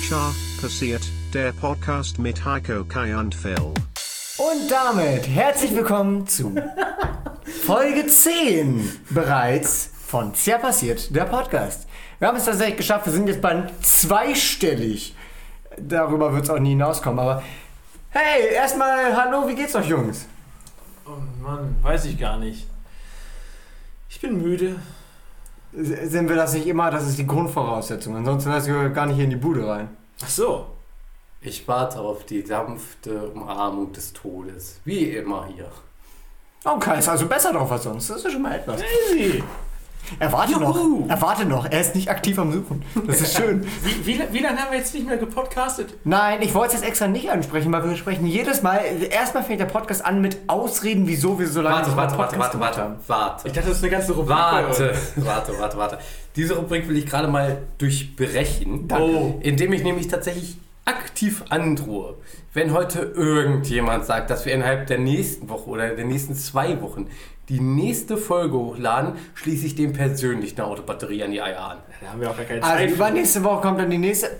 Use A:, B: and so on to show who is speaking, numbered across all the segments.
A: Schar, passiert, der Podcast mit Heiko Kai und Phil.
B: Und damit herzlich willkommen zu Folge 10 bereits von Sehr passiert, der Podcast. Wir haben es tatsächlich geschafft, wir sind jetzt bei zweistellig. Darüber wird es auch nie hinauskommen, aber hey, erstmal hallo, wie geht's euch Jungs?
C: Oh Mann, weiß ich gar nicht. Ich bin müde.
B: S- Sind wir das nicht immer, das ist die Grundvoraussetzung, ansonsten lassen wir gar nicht hier in die Bude rein.
C: Ach so.
D: Ich warte auf die sanfte Umarmung des Todes. Wie immer hier.
B: Okay, ist also besser drauf als sonst, das ist schon mal etwas.
C: Easy.
B: Er warte
C: Juhu.
B: noch, er warte noch, er ist nicht aktiv am Suchen, das ist schön.
C: Wie, wie, wie lange haben wir jetzt nicht mehr gepodcastet?
B: Nein, ich wollte es jetzt extra nicht ansprechen, weil wir sprechen jedes Mal. Erstmal fängt der Podcast an mit Ausreden, wieso wir so lange
D: Warte,
B: diesen
D: warte, warte,
B: Podcast
D: warte,
B: gemacht
D: warte, warte.
C: Ich dachte, das ist eine ganze Rubrik.
D: Warte, warte, warte, warte. Diese Rubrik will ich gerade mal durchbrechen, Oh.
C: Danke.
D: indem ich nämlich tatsächlich aktiv androhe. Wenn heute irgendjemand sagt, dass wir innerhalb der nächsten Woche oder der nächsten zwei Wochen die nächste Folge hochladen, schließe ich dem persönlich eine Autobatterie an die Eier an.
C: Da haben wir auch gar keine
B: haben.
C: Zeit.
B: Also
C: für.
B: übernächste Woche kommt dann die nächste,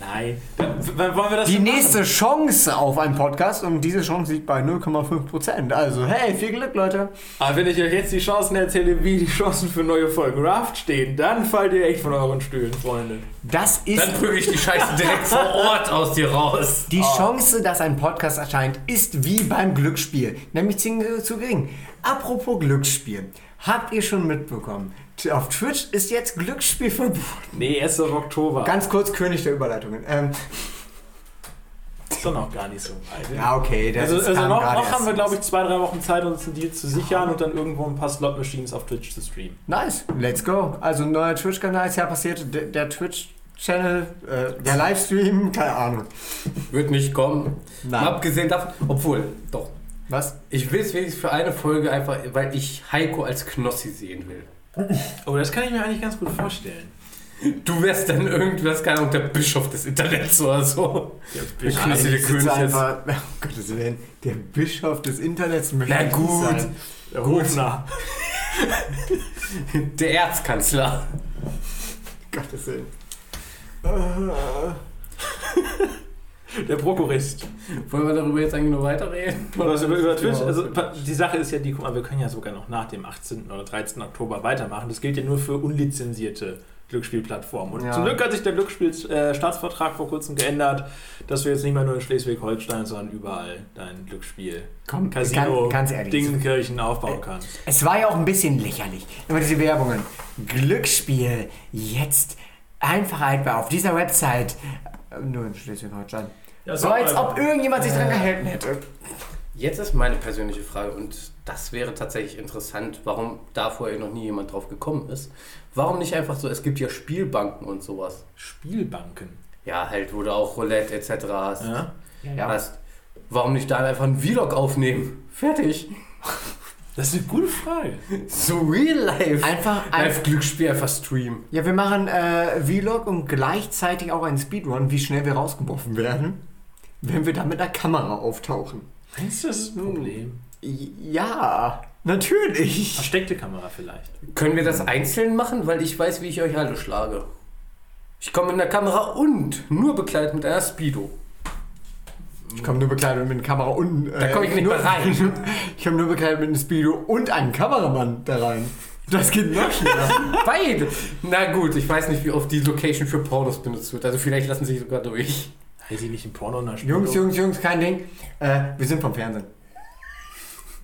C: Nein. Dann, w- wann wollen wir das
B: die
C: denn machen?
B: nächste Chance auf einen Podcast und diese Chance liegt bei 0,5%. Also hey, viel Glück, Leute.
C: Aber wenn ich euch jetzt die Chancen erzähle, wie die Chancen für neue Folgen Raft stehen, dann fallt ihr echt von euren Stühlen, Freunde.
B: Das ist
D: Dann Ah. prüge ich die Scheiße direkt vor Ort aus dir raus.
B: die Chance, dass ein Podcast erscheint, ist wie beim Glücksspiel, nämlich zu zu gering. Apropos Glücksspiel, habt ihr schon mitbekommen? Auf Twitch ist jetzt Glücksspiel verboten.
C: Nee, erst im Oktober.
B: Ganz kurz König der Überleitungen. Ähm,
C: ist doch noch gar nicht so weit.
B: ja, okay, das
C: Also,
B: ist
C: also
B: kam
C: noch,
B: gerade
C: noch haben
B: erst.
C: wir, glaube ich, zwei, drei Wochen Zeit, uns einen Deal zu sichern und dann irgendwo ein paar Slot-Machines auf Twitch zu streamen.
B: Nice, let's go. Also ein neuer Twitch-Kanal ist ja passiert, der, der Twitch-Channel, äh, der Livestream, keine Ahnung.
D: Wird nicht kommen.
B: Nein.
D: Abgesehen davon, obwohl, doch.
B: Was?
D: Ich will es wenigstens für eine Folge einfach, weil ich Heiko als Knossi sehen will.
C: Oh, das kann ich mir eigentlich ganz gut vorstellen.
D: Du wärst dann irgendwas, keine Ahnung, der Bischof des Internets oder so. Der Knossi, der
B: Ich sitze
D: König jetzt.
B: einfach, um Gottes Willen, der Bischof des Internets möchte
D: Na
B: ich
D: gut.
B: sein. Um
C: Hofner.
D: Der Erzkanzler.
B: Gottes Willen. Ah.
C: Der Prokurist.
D: Wollen wir darüber jetzt eigentlich nur weiterreden?
C: Was über, über Twitch? Also, pa- die Sache ist ja die, guck mal, wir können ja sogar noch nach dem 18. oder 13. Oktober weitermachen. Das gilt ja nur für unlizenzierte Glücksspielplattformen. Und
B: Ja.
C: zum Glück hat sich der Glücksspielstaatsvertrag äh, Staatsvertrag vor kurzem geändert, dass wir jetzt nicht mehr nur in Schleswig-Holstein, sondern überall dein Glücksspiel.
B: Komm,
C: Casino,
B: ganz, ganz ehrlich. Äh.
C: Dingenkirchen aufbauen kannst.
B: Es war ja auch ein bisschen lächerlich. Immer diese Werbungen. Glücksspiel, jetzt einfach einfach auf dieser Website. Äh, Nur in Schleswig-Holstein.
C: Ja, Äh.
B: so als ob irgendjemand sich dran gehalten hätte.
D: Jetzt ist meine persönliche Frage und das wäre tatsächlich interessant, warum da vorher noch nie jemand drauf gekommen ist. Warum nicht einfach so, es gibt ja Spielbanken und sowas.
C: Spielbanken.
D: Ja, halt, wo du auch Roulette etc. hast.
C: Ja?
D: hast. Warum nicht da einfach einen Vlog aufnehmen? Fertig.
C: Das ist eine gute Frage.
D: So real life.
B: Einfach ein,
D: Live-Glücksspiel einfach streamen.
B: Ja, wir machen äh, Vlog und gleichzeitig auch einen Speedrun, wie schnell wir rausgeworfen werden, wenn wir da mit einer Kamera auftauchen.
C: Meinst du, das ist ein Problem?
B: Ja, natürlich.
C: Versteckte Kamera vielleicht.
D: Können wir das einzeln machen? Weil ich weiß, wie ich euch alle schlage. Ich komme in der Kamera und nur bekleidet mit einer Speedo.
B: Ich komme nur bekleidet mit einer Kamera und... Äh,
D: Da komme ich nicht
B: nur,
D: mehr rein.
B: Ich komme nur bekleidet mit einem Speedo und einem Kameramann da rein. Das geht noch schneller.
D: Beide. Na gut, ich weiß nicht, wie oft die Location für Pornos benutzt wird. Also vielleicht lassen sie sogar durch.
C: Heißt sie nicht ein Porno in der Spielung?
B: Jungs, Jungs, Jungs, kein Ding. Äh, wir sind vom Fernsehen.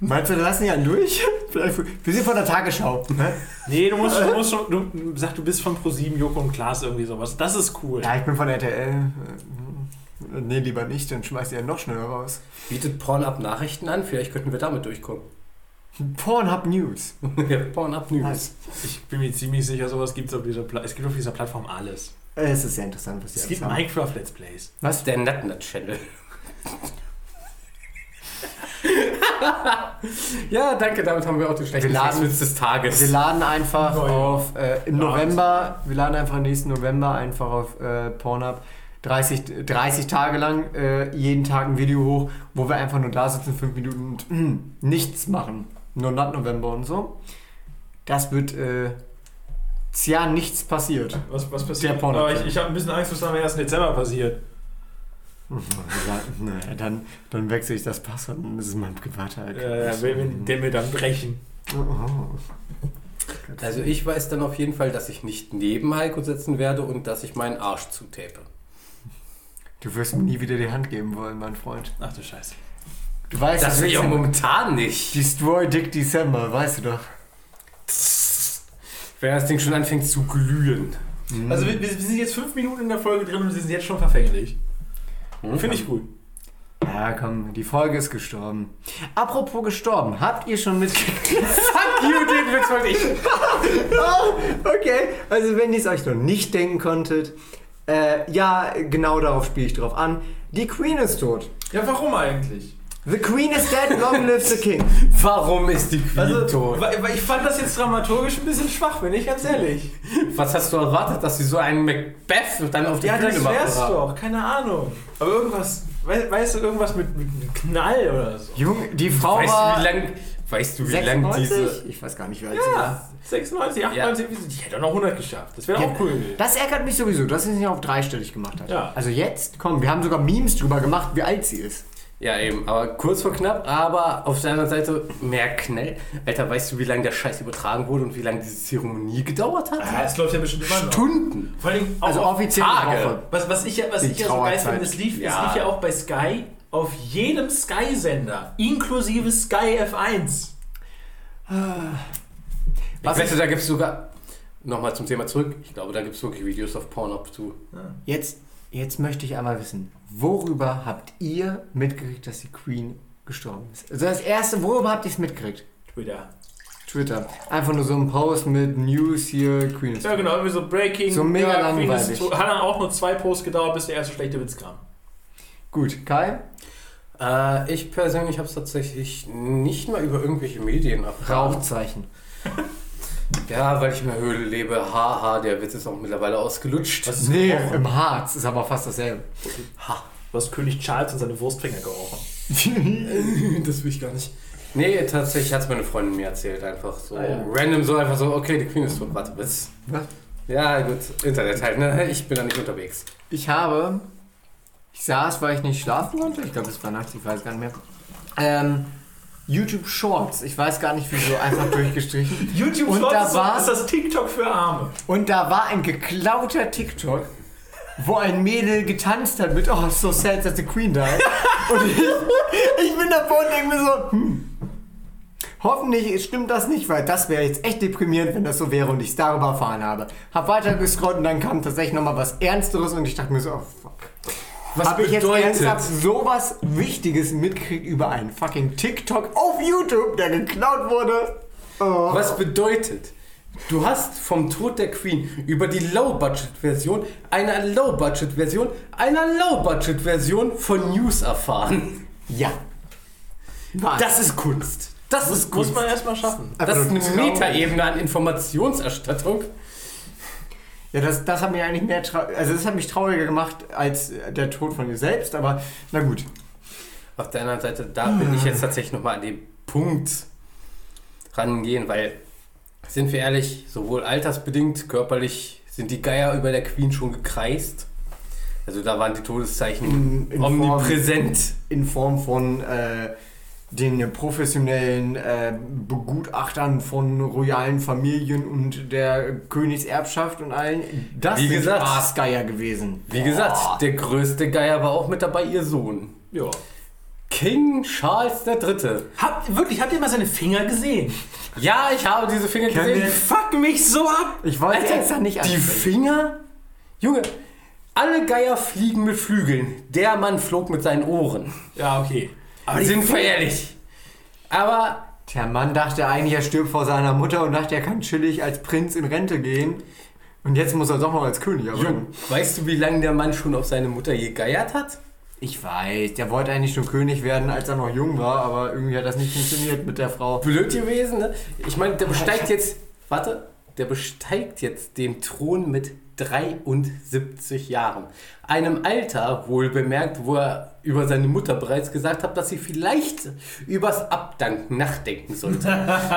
B: Meinst du, da lassen die einen durch? Vielleicht- Wir sind von der Tagesschau. Ne?
C: Nee, du musst, du musst schon, du sag, du bist von ProSieben, Joko und Klaas, irgendwie sowas. Das ist cool.
B: Ja, ich bin von RTL. Äh, Nee, lieber nicht, dann schmeißt ihr ja noch schneller raus.
D: Bietet Pornhub Nachrichten an? Vielleicht könnten wir damit durchkommen.
B: Pornhub News.
D: ja, Pornhub News.
C: Ich bin mir ziemlich sicher, sowas gibt es auf dieser Pla es gibt auf dieser Plattform alles.
B: Äh, Es ist sehr interessant, was die
C: Es gibt
B: alles haben.
C: Minecraft-Let's Plays.
D: Was? Der Nutnut Channel. ja, danke, damit haben wir auch den schlechten
B: Wir laden-
D: Sexwitz des Tages.
B: Wir laden einfach
C: Neue.
B: auf, äh, im
C: Ja,
B: November, wir laden einfach nächsten November einfach auf äh, Pornhub 30, 30 Tage lang äh, jeden Tag ein Video hoch, wo wir einfach nur da sitzen, 5 Minuten und mm, nichts machen. Nur Nut November und so. Das wird äh, Jahr nichts passiert.
C: Was, was passiert?
B: Der Porno-
C: Aber ich ich habe ein bisschen Angst, was am 1. Dezember passiert.
D: Mhm.
B: Naja, dann, dann wechsle ich das Passwort und das ist mein privater
C: Äh, wenn, wenn, den wir dann brechen.
D: Also ich weiß dann auf jeden Fall, dass ich nicht neben Heiko sitzen werde und dass ich meinen Arsch zutape.
B: Du wirst mir nie wieder die Hand geben wollen, mein Freund.
C: Ach du Scheiße.
B: Du weißt,
D: Das will ich auch
B: Dezember-
D: momentan nicht.
B: Destroy Dick December, weißt du doch.
D: Wenn das Ding schon anfängt zu glühen.
C: Also wir, wir sind jetzt fünf Minuten in der Folge drin und sie sind jetzt schon verfänglich.
D: Mhm.
C: Finde ich gut.
B: Ja, komm, die Folge ist gestorben. Apropos gestorben, habt ihr schon mit... Fuck you, den Witz wollte ich. oh, okay, also wenn ihr es euch noch nicht denken konntet, äh, ja, genau darauf spiele ich drauf an. Die Queen ist tot.
C: Ja, warum eigentlich?
B: The Queen is dead, long live the King.
D: Warum ist die Queen
C: Also,
D: tot?
C: weil, weil ich fand das jetzt dramaturgisch ein bisschen schwach, bin ich ganz ehrlich.
D: Was hast du erwartet, dass sie so einen Macbeth dann auf die
C: Ja,
D: Bühne
C: das
D: machen?
C: wär's doch, keine Ahnung. Aber irgendwas, wei- weißt du, irgendwas mit, mit einem Knall oder so.
B: Junge, die Frau
D: Weißt du,
B: war
D: wie lang, weißt du, wie lang
B: 96?
D: diese...
B: Ich weiß gar nicht, wie alt sie war.
C: Ja, 96, 98, irgendwie so. ich hätte auch noch 100 geschafft. Das wäre auch cool gewesen.
B: Das ärgert mich sowieso, dass sie es nicht auf dreistellig gemacht hat.
C: Ja.
B: Also jetzt, komm, wir haben sogar Memes drüber gemacht, wie alt sie ist.
D: Ja, eben, aber kurz vor knapp, aber auf der anderen Seite mehr Knell. Alter, weißt du, wie lange der Scheiß übertragen wurde und wie lange diese Zeremonie gedauert hat?
C: Ja, es läuft ja bestimmt immer noch.
D: Stunden.
C: Vor allem auch
B: Also
C: auf-
B: offiziell
D: Tage.
B: eine Woche.
C: Was, was ich ja, was
B: Die
C: ich ja so geil finde,
B: Trauerzeit.
C: es lief,
D: Ja.
C: es lief ja auch bei Sky auf jedem Sky-Sender, inklusive Sky F1.
D: ich wette, da gibt es sogar... Nochmal zum Thema zurück. Ich glaube, da gibt es wirklich Videos auf Pornhub zu.
B: Jetzt, jetzt möchte ich einmal wissen, worüber habt ihr mitgekriegt, dass die Queen gestorben ist? Also das erste, worüber habt ihr es mitgekriegt?
C: Twitter.
B: Twitter. Einfach nur so ein Post mit News hier, Queen ist
C: Ja, genau, irgendwie so Breaking.
B: So mega
C: ja, Queen ist
B: langweilig.
C: tot. Hat dann auch nur zwei Posts gedauert, bis der erste schlechte Witz kam.
B: Gut, Kai,
D: Äh, ich persönlich habe es tatsächlich nicht mal über irgendwelche Medien erfahren.
B: Rauchzeichen.
D: Ja, weil ich in der Höhle lebe. Haha, der Witz ist auch mittlerweile ausgelutscht.
C: Was ist
B: Nee,
C: gerochen?
B: im Harz ist aber fast dasselbe.
C: Was König Charles und seine Wurstfinger gerochen.
D: Das will ich gar nicht. Nee, tatsächlich hat es meine Freundin mir erzählt. Einfach so
C: Ah, ja.
D: random, so einfach so, okay, die Queen ist tot, warte, was?
B: Was?
D: Ja, gut, Internet halt, ne? Ich bin da nicht unterwegs.
B: Ich habe. Ich saß, weil ich nicht schlafen konnte. Ich glaube, es war nachts, ich weiß gar nicht mehr. Ähm, YouTube Shorts. Ich weiß gar nicht, wieso einfach durchgestrichen.
C: YouTube
B: Und
C: Shorts
B: da
C: ist, so-
B: war-
C: ist das TikTok für Arme.
B: Und da war ein geklauter TikTok, wo ein Mädel getanzt hat mit Oh, it's so sad, dass the Queen da ist. Und ich, ich bin davor und denke mir so, hm. Hoffentlich stimmt das nicht, weil das wäre jetzt echt deprimierend, wenn das so wäre und ich es darüber erfahren habe. Hab weiter gescrollt und dann kam tatsächlich nochmal was Ernsteres und ich dachte mir so, oh fuck.
D: Was
B: Habe ich jetzt ernsthaft sowas Wichtiges mitgekriegt über einen fucking TikTok auf YouTube, der geklaut wurde? Oh.
D: Was bedeutet? Du hast vom Tod der Queen über die Low-Budget-Version einer Low-Budget-Version einer Low-Budget-Version von News erfahren.
B: Ja.
D: Das ist Kunst. Das ist
C: Muss
D: Kunst.
C: man erstmal schaffen.
B: Einfach
D: Das ist
B: nur
D: eine
B: traurig.
D: Metaebene an Informationserstattung.
B: Ja, das, das hat mich eigentlich mehr trau also das hat mich trauriger gemacht als äh, der Tod von ihr selbst, aber na gut.
D: Auf der anderen Seite, da bin ich jetzt tatsächlich nochmal an den Punkt rangehen, weil, sind wir ehrlich, sowohl altersbedingt, körperlich sind die Geier über der Queen schon gekreist. Also da waren die Todeszeichen
B: In- in
D: omnipräsent.
B: In Form von äh, den professionellen äh, Begutachtern von royalen Familien und der Königserbschaft und allen. Das
D: Wie
B: sind
D: gesagt.
B: Aasgeier gewesen.
D: Wie gesagt,
B: Boah.
D: der größte Geier war auch mit dabei, ihr Sohn.
C: Ja.
D: King Charles III.
C: Habt, wirklich, habt ihr mal seine Finger gesehen?
D: Ja, ich habe diese Finger
B: Kann
D: gesehen.
B: der
C: Fuck mich so ab!
B: ich wollte
D: Alter,
B: extra nicht
D: Die
B: ansprechen.
D: Finger? Junge, alle Geier fliegen mit Flügeln. Der Mann flog mit seinen Ohren.
C: Ja, okay.
D: Aber sind wir ehrlich. Aber
B: Der Mann dachte eigentlich, er stirbt vor seiner Mutter und dachte, er kann chillig als Prinz in Rente gehen. Und jetzt muss er doch noch als König
D: Junge,
B: arbeiten.
D: weißt du, wie lange der Mann schon auf seine Mutter gegeiert hat?
B: Ich weiß, der wollte eigentlich schon König werden, als er noch jung war, aber irgendwie hat das nicht funktioniert mit der Frau.
D: Blöd gewesen, ne? Ich meine, der besteigt jetzt. Warte, der besteigt jetzt den Thron mit 73 Jahren. Einem Alter, wohl bemerkt, wo er über seine Mutter bereits gesagt hat, dass sie vielleicht übers Abdanken nachdenken sollte.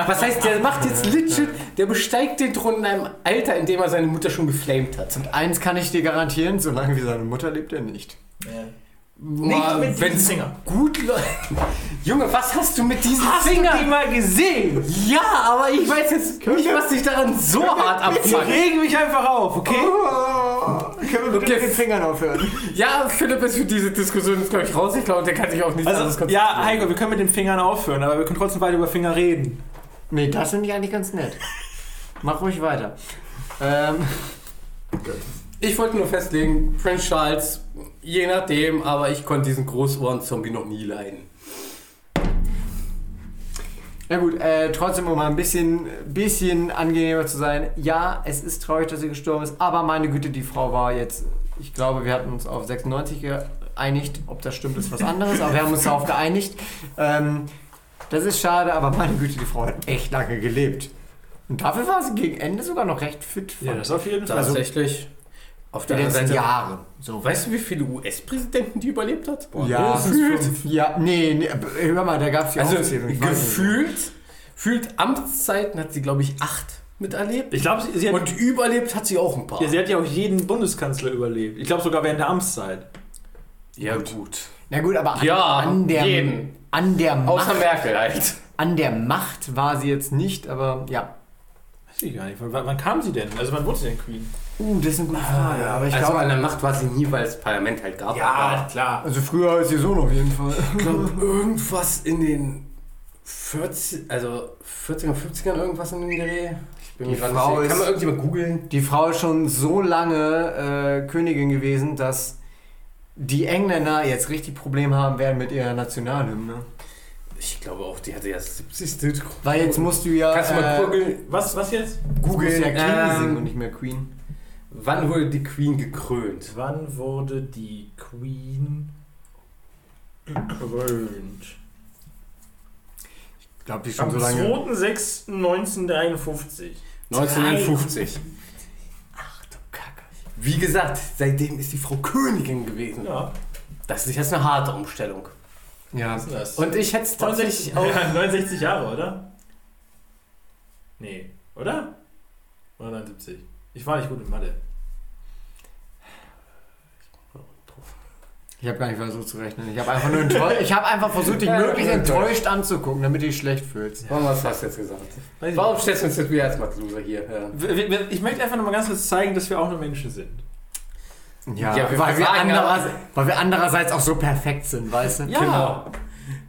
D: Was heißt, der macht jetzt legit, der besteigt den Thron in einem Alter, in dem er seine Mutter schon geflamed hat.
B: Eins kann ich dir garantieren, solange wie seine Mutter lebt, er nicht.
D: Nicht
C: mit diesem Singer.
D: Gut läuft. Junge, was hast du mit diesem
C: Hast
D: Singer?
C: du die mal gesehen?
D: Ja, aber ich weiß jetzt nicht, was dich daran so hart
C: Die
D: abfuckt.
C: regen mich einfach auf, okay?
B: Oh. können wir bitte mit den Fingern aufhören?
D: Ja, Philipp ist für diese Diskussion jetzt, glaube ich, raus. Ich glaube, der kann sich auch nicht anderes
C: Also,
D: konzentrieren.
C: ja, Heiko, wir können mit den Fingern aufhören, aber wir können trotzdem weiter über Finger reden.
B: Nee, das finde ich eigentlich ganz nett. Mach ruhig weiter. Ähm,
D: Ich wollte nur festlegen, Prince Charles, je nachdem, aber ich konnte diesen Großohren-Zombie noch nie leiden.
B: na gut, äh, trotzdem, um mal ein bisschen, bisschen angenehmer zu sein. Ja, es ist traurig, dass sie gestorben ist, aber meine Güte, die Frau war jetzt, ich glaube, wir hatten uns auf 96 geeinigt. Ob das stimmt, ist was anderes, aber wir haben uns darauf geeinigt. Ähm, das ist schade, aber meine Güte, die Frau hat echt lange gelebt. Und dafür war sie gegen Ende sogar noch recht fit. fand ich.
C: auf
D: Also,
C: jeden
D: Tatsächlich. Auf
B: in
D: der
B: den
D: anderen
B: letzten
D: Seite.
B: Jahren. So.
D: Weißt du, wie viele US-Präsidenten die überlebt hat?
B: Ja,
D: gefühlt.
B: Ja, nee, nee, b- hör mal, da gab es ja
D: Also
B: Aufzählung, ich weiß nicht.
D: gefühlt, gefühlt Amtszeiten hat sie, glaube ich, acht miterlebt.
C: Ich glaube, sie, sie, hat-
D: Und überlebt hat sie auch ein paar.
C: ja, sie hat ja auch jeden Bundeskanzler überlebt. Ich glaube sogar während der Amtszeit.
D: Ja, gut.
B: Na gut, aber an,
D: Ja,
B: an, der,
D: jeden.
B: an, der
D: Außer
B: Macht,
D: Merkel halt.
B: an der Macht war sie jetzt nicht, aber ja.
C: Weiß ich gar nicht. Wann, wann kam sie denn? Also wann wurde sie denn Queen?
B: Uh, das ist eine gute Frage, aber ich
D: also an
B: glaube...
D: der Macht war sie nie, weil es Parlament halt
C: Oh
D: gab. Aber
C: klar.
B: Also früher als ihr Sohn auf jeden Fall.
D: ich glaube, irgendwas in den 40, also 40er, 50ern, irgendwas in den Dreh. Ich bin
B: Die
D: mir gerade
B: Frau
D: nicht sicher.
B: ist-
D: Kann man irgendjemand googeln?
B: Die Frau ist schon so lange äh, Königin gewesen, dass die Engländer jetzt richtig Probleme haben werden mit ihrer Nationalhymne.
D: Ich glaube auch, die hatte ja das 70.
B: Weil jetzt musst du ja...
D: Kannst du mal
B: äh,
D: googeln,
C: Was, was jetzt?
B: Google
D: googeln,
B: ja King
D: ähm,
B: singen und nicht mehr Queen.
D: wann wurde die Queen gekrönt?
C: Wann wurde die Queen gekrönt?
B: Ich glaube, die ist schon
C: Am
B: so lange...
C: 2.6.1951.
D: 1950. Kacke. Wie gesagt, seitdem ist die Frau Königin gewesen.
C: Ja,
D: Das ist jetzt eine harte Umstellung.
B: Ja,
C: was ist das?
D: Und ich hätte es tatsächlich auch.
C: Ja, 69 Jahre, oder? Nee, oder? Oder 79? Ich war nicht gut in Mathe.
B: Ich habe gar nicht versucht zu rechnen. Ich habe einfach nur enttäuscht. Ich habe einfach versucht, dich
D: Ja,
B: möglichst
D: ja, enttäuscht.
B: enttäuscht anzugucken, damit du dich schlecht fühlst.
D: Warum hast du das jetzt gesagt?
C: Weiß ich
D: Warum stellst du uns jetzt wieder als Max Loser hier? Ja.
C: Wir- wir- wir- Ich möchte einfach nochmal ganz kurz zeigen, dass wir auch nur Menschen sind.
D: Ja, wir
B: weil, wir
D: versagen,
B: andererseits, weil wir andererseits auch so perfekt sind, weißt du?
C: Ja.
D: Genau.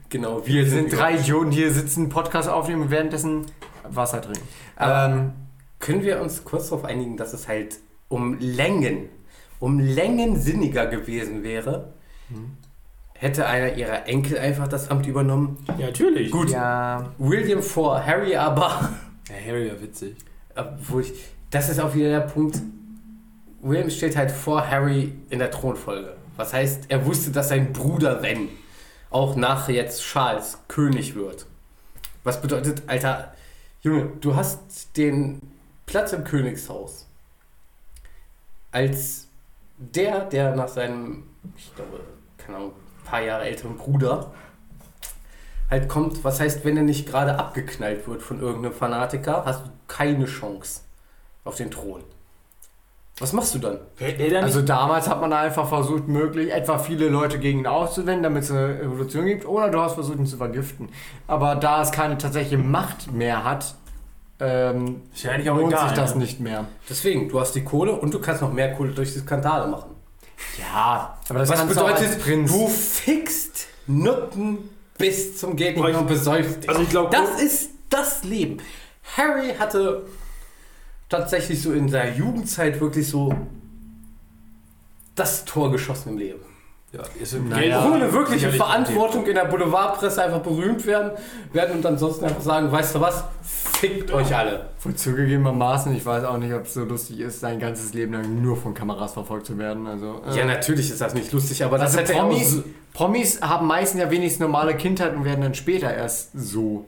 D: Genau, wir
B: Wir
D: sind,
B: sind drei
D: über-
B: Idioten hier, sitzen, Podcast aufnehmen und währenddessen Wasser trinken.
D: Aber-
B: ähm,
D: Können wir uns kurz darauf einigen, dass es halt um Längen, um Längen sinniger gewesen wäre,
B: Hm.
D: hätte einer ihrer Enkel einfach das Amt übernommen?
C: Ja, natürlich.
D: Gut,
B: ja.
D: William IV, Harry aber,
C: Ja, Harry war witzig.
D: obwohl ich, das ist auch wieder der Punkt, William steht halt vor Harry in der Thronfolge. Was heißt, er wusste, dass sein Bruder, wenn, auch nach jetzt Charles König wird. Was bedeutet, Alter, Junge, du hast den Platz im Königshaus als der, der nach seinem, ich glaube, keine Ahnung, paar Jahre älteren Bruder halt kommt. Was heißt, wenn er nicht gerade abgeknallt wird von irgendeinem Fanatiker, hast du keine Chance auf den Thron. Was machst du dann?
C: Hätte er
B: Also damals hat man einfach versucht, möglich etwa viele Leute gegen ihn auszuwenden, damit es eine Revolution gibt. Oder du hast versucht, ihn zu vergiften. Aber da es keine tatsächliche Macht mehr hat, ähm,
C: ist ja eigentlich auch
B: lohnt
C: egal. ne?
B: sich
D: ne?
B: das nicht mehr.
D: Deswegen, du hast die Kohle und du kannst noch mehr Kohle durch die Skandale machen.
B: Ja, aber das
D: Was
B: kannst du auch
D: bedeutet,
B: als Prinz.
D: du fixst Nutten bis zum Geld nicht mehr und besäufst dich.
C: Also ich glaub-
D: das ist das Leben. Harry hatte tatsächlich so in seiner Jugendzeit wirklich so das Tor geschossen im Leben.
C: Ja, ist im
B: Naja.
C: Geld-
D: ohne wirkliche
C: sicherlich-
D: Verantwortung in der Boulevardpresse einfach berühmt werden, werden und ansonsten einfach sagen, weißt du was, fickt euch alle.
B: Wohl zugegebenermaßen, ich weiß auch nicht, ob es so lustig ist, sein ganzes Leben lang nur von Kameras verfolgt zu werden. Also, äh,
D: Ja, natürlich ist das nicht lustig, aber das
B: also
D: hätte er auch
B: Promis,
D: so,
B: Promis haben meistens ja wenigstens normale Kindheit und werden dann später erst so.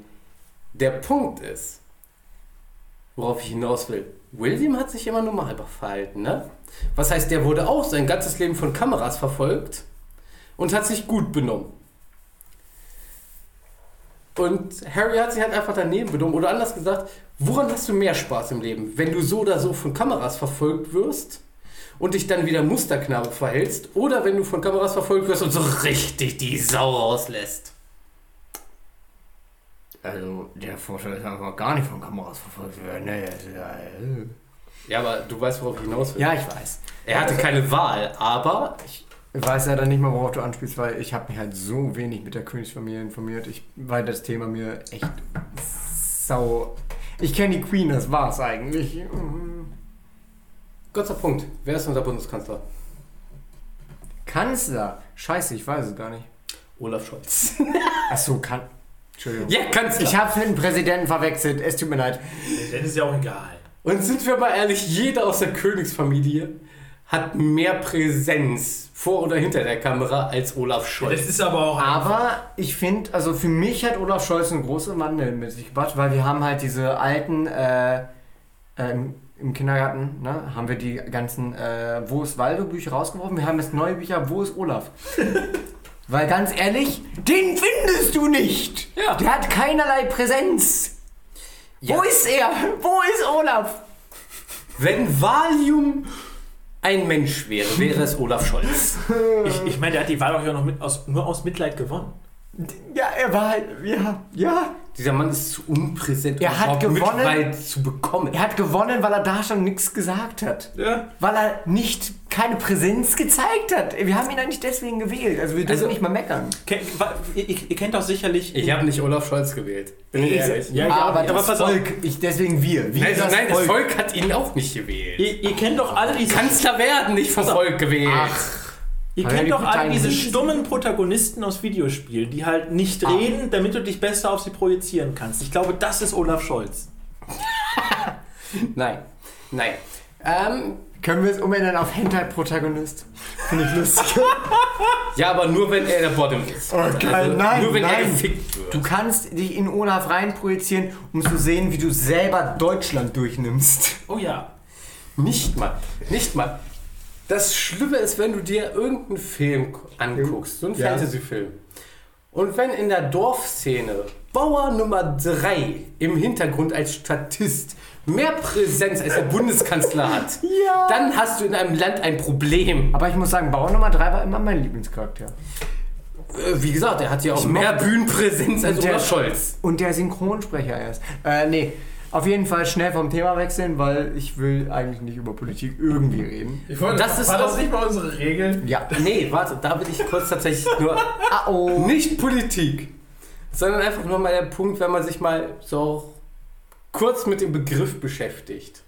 D: Der Punkt ist, worauf ich hinaus will. William hat sich immer nur mal verhalten, ne? Was heißt, der wurde auch sein ganzes Leben von Kameras verfolgt und hat sich gut benommen. Und Harry hat sich halt einfach daneben benommen. Oder anders gesagt, woran hast du mehr Spaß im Leben? Wenn du so oder so von Kameras verfolgt wirst und dich dann wieder Musterknabe verhältst oder wenn du von Kameras verfolgt wirst und so richtig die Sau rauslässt.
B: Also, der Vorteil ist einfach gar nicht von Kameras verfolgt werden. Ne? Das ist ja, äh.
D: Ja, aber du weißt, worauf ich hinaus will.
B: Ja, ich weiß.
D: Er hatte keine Wahl, aber ich,
B: Ich weiß leider nicht mal, worauf du anspielst, weil ich habe mich halt so wenig mit der Königsfamilie informiert, ich, weil das Thema mir echt sau... Ich kenne die Queen, das war's eigentlich.
D: kurzer Punkt. Wer ist unser Bundeskanzler?
B: Kanzler? Scheiße, ich weiß es gar nicht.
D: Olaf Scholz.
B: Achso, kann... Entschuldigung.
D: ja, Kanzler.
B: Ich hab's mit dem Präsidenten verwechselt, es tut mir leid.
C: Dann ist ja auch egal.
D: Und sind wir mal ehrlich, jeder aus der Königsfamilie hat mehr Präsenz vor oder hinter der Kamera als Olaf
C: Das
D: Scholz.
C: ist aber auch.
B: Aber ich finde, also für mich hat Olaf Scholz einen großen Wandel mit sich gebracht, weil wir haben halt diese alten, äh, äh, im- im Kindergarten, ne, haben wir die ganzen äh, Wo ist Waldo Bücher rausgeworfen, wir haben jetzt neue Bücher Wo ist Olaf? weil ganz ehrlich, den findest du nicht!
D: Ja.
B: Der hat keinerlei Präsenz! Wo ist er? Wo ist Olaf?
D: Wenn Valium ein Mensch wäre, wäre es Olaf Scholz.
C: ich, ich meine, der hat die Wahl auch ja noch mit, aus, nur aus Mitleid gewonnen.
B: Ja, er war halt, ja, ja.
D: Dieser Mann ist zu unpräsent,
B: Er hat
D: überhaupt
B: gewonnen.
D: Mitleid zu bekommen.
B: Er hat gewonnen, weil er da schon nichts gesagt hat.
C: Ja.
B: weil er nicht keine Präsenz gezeigt hat. Wir haben ihn eigentlich deswegen gewählt. Also wir dürfen
D: Also-
B: nicht mal meckern.
C: Kennt, wa- ihr, ihr kennt doch sicherlich.
D: Ich habe nicht Olaf Scholz gewählt. Bin ich ehrlich.
C: Ja, ja,
B: aber
C: aber
B: das
C: pass auf.
B: Volk, ich, deswegen wir. wir
D: Also, nein, das Volk hat ihn auch nicht gewählt.
C: ihr, ihr kennt doch alle diese.
D: Kanzler werden nicht vom Volk gewählt.
C: Ihr
B: Aber ja,
C: kennt
B: die
C: doch alle
B: Parteien
C: diese
B: sind-
C: stummen Protagonisten aus Videospielen, die halt nicht reden, damit du dich besser auf sie projizieren kannst. Ich glaube, das ist Olaf Scholz.
D: Nein. Nein. Ähm,
B: Können wir es umändern auf Hentai-Protagonist? Finde ich lustig.
D: ja, aber nur wenn er der Bottom ist.
B: Also, nein,
D: nur wenn er
B: nein.
D: gefickt wird.
B: Du kannst dich in Olaf reinprojizieren, um zu sehen, wie du selber Deutschland durchnimmst.
C: Oh ja.
D: Nicht mal. Nicht mal. Das Schlimme ist, wenn du dir irgendeinen Film k- anguckst, so einen
B: Ja.
D: Fantasy-Film. Und wenn in der Dorfszene Bauer Nummer 3 im Hintergrund als Statist mehr Präsenz als der Bundeskanzler hat,
B: Ja.
D: dann hast du in einem Land ein Problem.
B: Aber ich muss sagen, Bauer Nummer 3 war immer mein Lieblingscharakter.
D: Äh, Wie gesagt, er hat ja auch
B: mochte-
D: mehr Bühnenpräsenz als
B: Der-
D: Olaf Scholz.
B: Und der Synchronsprecher erst. Äh, nee. Auf jeden Fall schnell vom Thema wechseln, weil ich will eigentlich nicht über Politik irgendwie reden.
D: Das ist
E: war
D: auch-
E: das nicht mal unsere Regel?
B: Ja.
D: Nee, warte, da will ich kurz tatsächlich nur
B: Ah oh.
D: Nicht Politik, sondern einfach nur mal der Punkt, wenn man sich mal so kurz mit dem Begriff beschäftigt.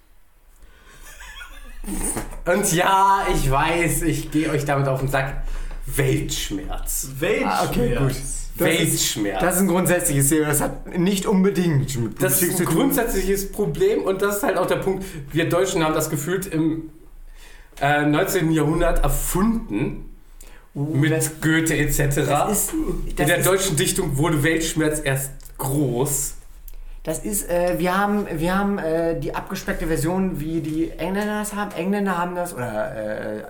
D: Und ja, ich weiß, ich gehe euch damit auf den Sack. Weltschmerz.
E: Welch?
B: Ah, okay, gut. Das ist,
D: Weltschmerz.
B: das ist ein grundsätzliches Thema. Das hat nicht unbedingt mit
D: Das ist ein grundsätzliches Problem und das ist halt auch der Punkt, wir Deutschen haben das gefühlt im äh, 19. Jahrhundert erfunden mit Goethe
B: Oh,
D: etc.
B: Uh, Das ist,
D: In
B: das
D: der
B: ist,
D: deutschen Dichtung wurde Weltschmerz erst groß.
B: das ist äh, wir haben, wir haben äh, die abgespeckte Version, wie die Engländer das haben. Engländer haben das, oder äh, äh,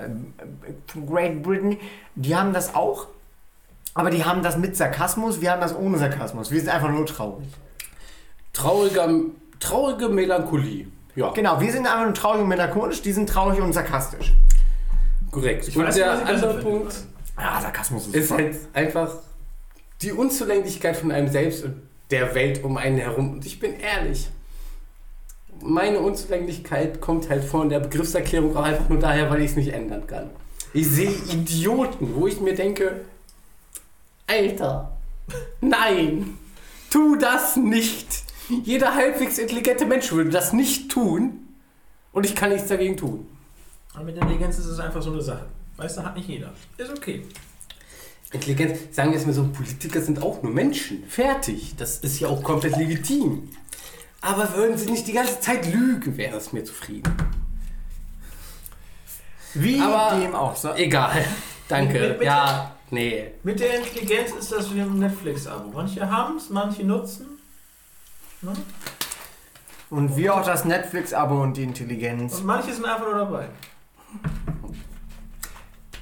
B: Great Britain, die haben das auch. Aber die haben das mit Sarkasmus, wir haben das ohne Sarkasmus. Wir sind einfach nur traurig.
D: trauriger, traurige Melancholie. Ja,
B: Genau, wir sind einfach nur traurig und melancholisch, die sind traurig und sarkastisch.
D: korrekt.
E: weiß,
D: Und
E: was
D: der
E: ich besser
D: andere
E: finde.
D: Punkt
B: Ja, Sarkasmus ist,
D: ist
B: super.
D: halt einfach die Unzulänglichkeit von einem selbst und der Welt um einen herum. Und ich bin ehrlich, meine Unzulänglichkeit kommt halt von der Begriffserklärung auch einfach nur daher, weil ich es nicht ändern kann. Ich sehe Idioten, wo ich mir denke, Alter, nein, tu das nicht. Jeder halbwegs intelligente Mensch würde das nicht tun und ich kann nichts dagegen tun.
C: Aber mit Intelligenz ist es einfach so eine Sache. Weißt du, hat nicht jeder. Ist okay.
D: Intelligenz, sagen wir es mal so, Politiker sind auch nur Menschen. Fertig. Das ist ja auch komplett legitim. Aber würden sie nicht die ganze Zeit lügen, wäre es mir zufrieden.
B: Wie
D: Aber-
B: dem auch sei.
D: Egal.
E: Mit-
D: Danke.
E: mit-
D: Ja, nee.
E: Mit der Intelligenz ist das wie ein Netflix-Abo. Manche haben es, manche nutzen. Ne?
B: Und wie auch das Netflix-Abo und die Intelligenz.
C: Und manche sind einfach nur dabei.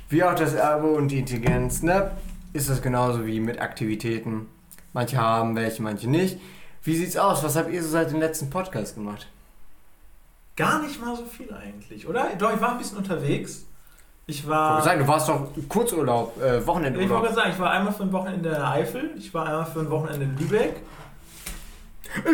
B: Wie auch das Abo und die Intelligenz, ne? Ist das genauso wie mit Aktivitäten. Manche haben welche, manche nicht. Wie sieht's aus? Was habt ihr so seit dem letzten Podcast gemacht?
C: Gar nicht mal so viel eigentlich, oder? Doch, ich war ein bisschen unterwegs. Ich
B: Ich wollte
C: war.
B: sagen, du warst doch Kurzurlaub, äh,
C: Ich wollte
B: Wochenendurlaub.
C: gerade sagen, ich war einmal für ein Wochenende in der Eifel, ich war einmal für ein Wochenende in Lübeck.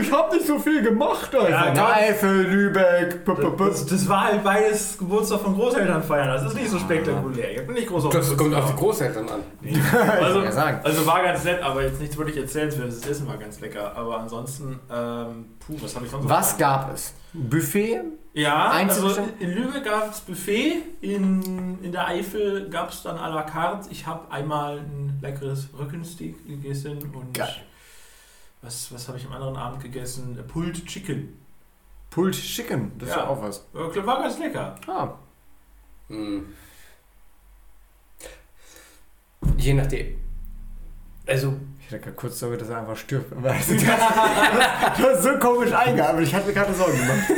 B: Ich hab nicht so viel gemacht,
C: Alter.
B: Ja, Eifel, Lübeck. p- p- p-
C: Das, das war halt beides Geburtstag von Großeltern feiern. Das ist nicht so spektakulär. Ich bin nicht groß auf
D: Ah. Das kommt auf die
C: Geburtstag.
D: Großeltern an.
B: Ich wollte
C: also,
B: sagen.
C: also war ganz nett, aber jetzt nichts wirklich erzählenswertes. Das Essen war ganz lecker. Aber ansonsten, ähm, puh, was habe ich sonst noch
B: Was gab es? Buffet?
C: Ja, also
B: Einzelbestimmt-
C: in Lübeck gab es Buffet, in, in der Eifel gab es dann à la carte. Ich habe einmal ein leckeres Rückensteak gegessen und
B: Geil.
C: was, was habe ich am anderen Abend gegessen? Pulled Chicken.
B: Pulled Chicken, das ist
C: Ja.
B: ja auch was.
C: Äh, War ganz lecker.
B: Ah,
D: Hm. Je nachdem. Also,
B: ich hatte gerade kurz Sorge, dass er einfach stirbt. Aber das ist- Du hast so komisch eingearbeitet, ich hatte mir gerade Sorgen gemacht.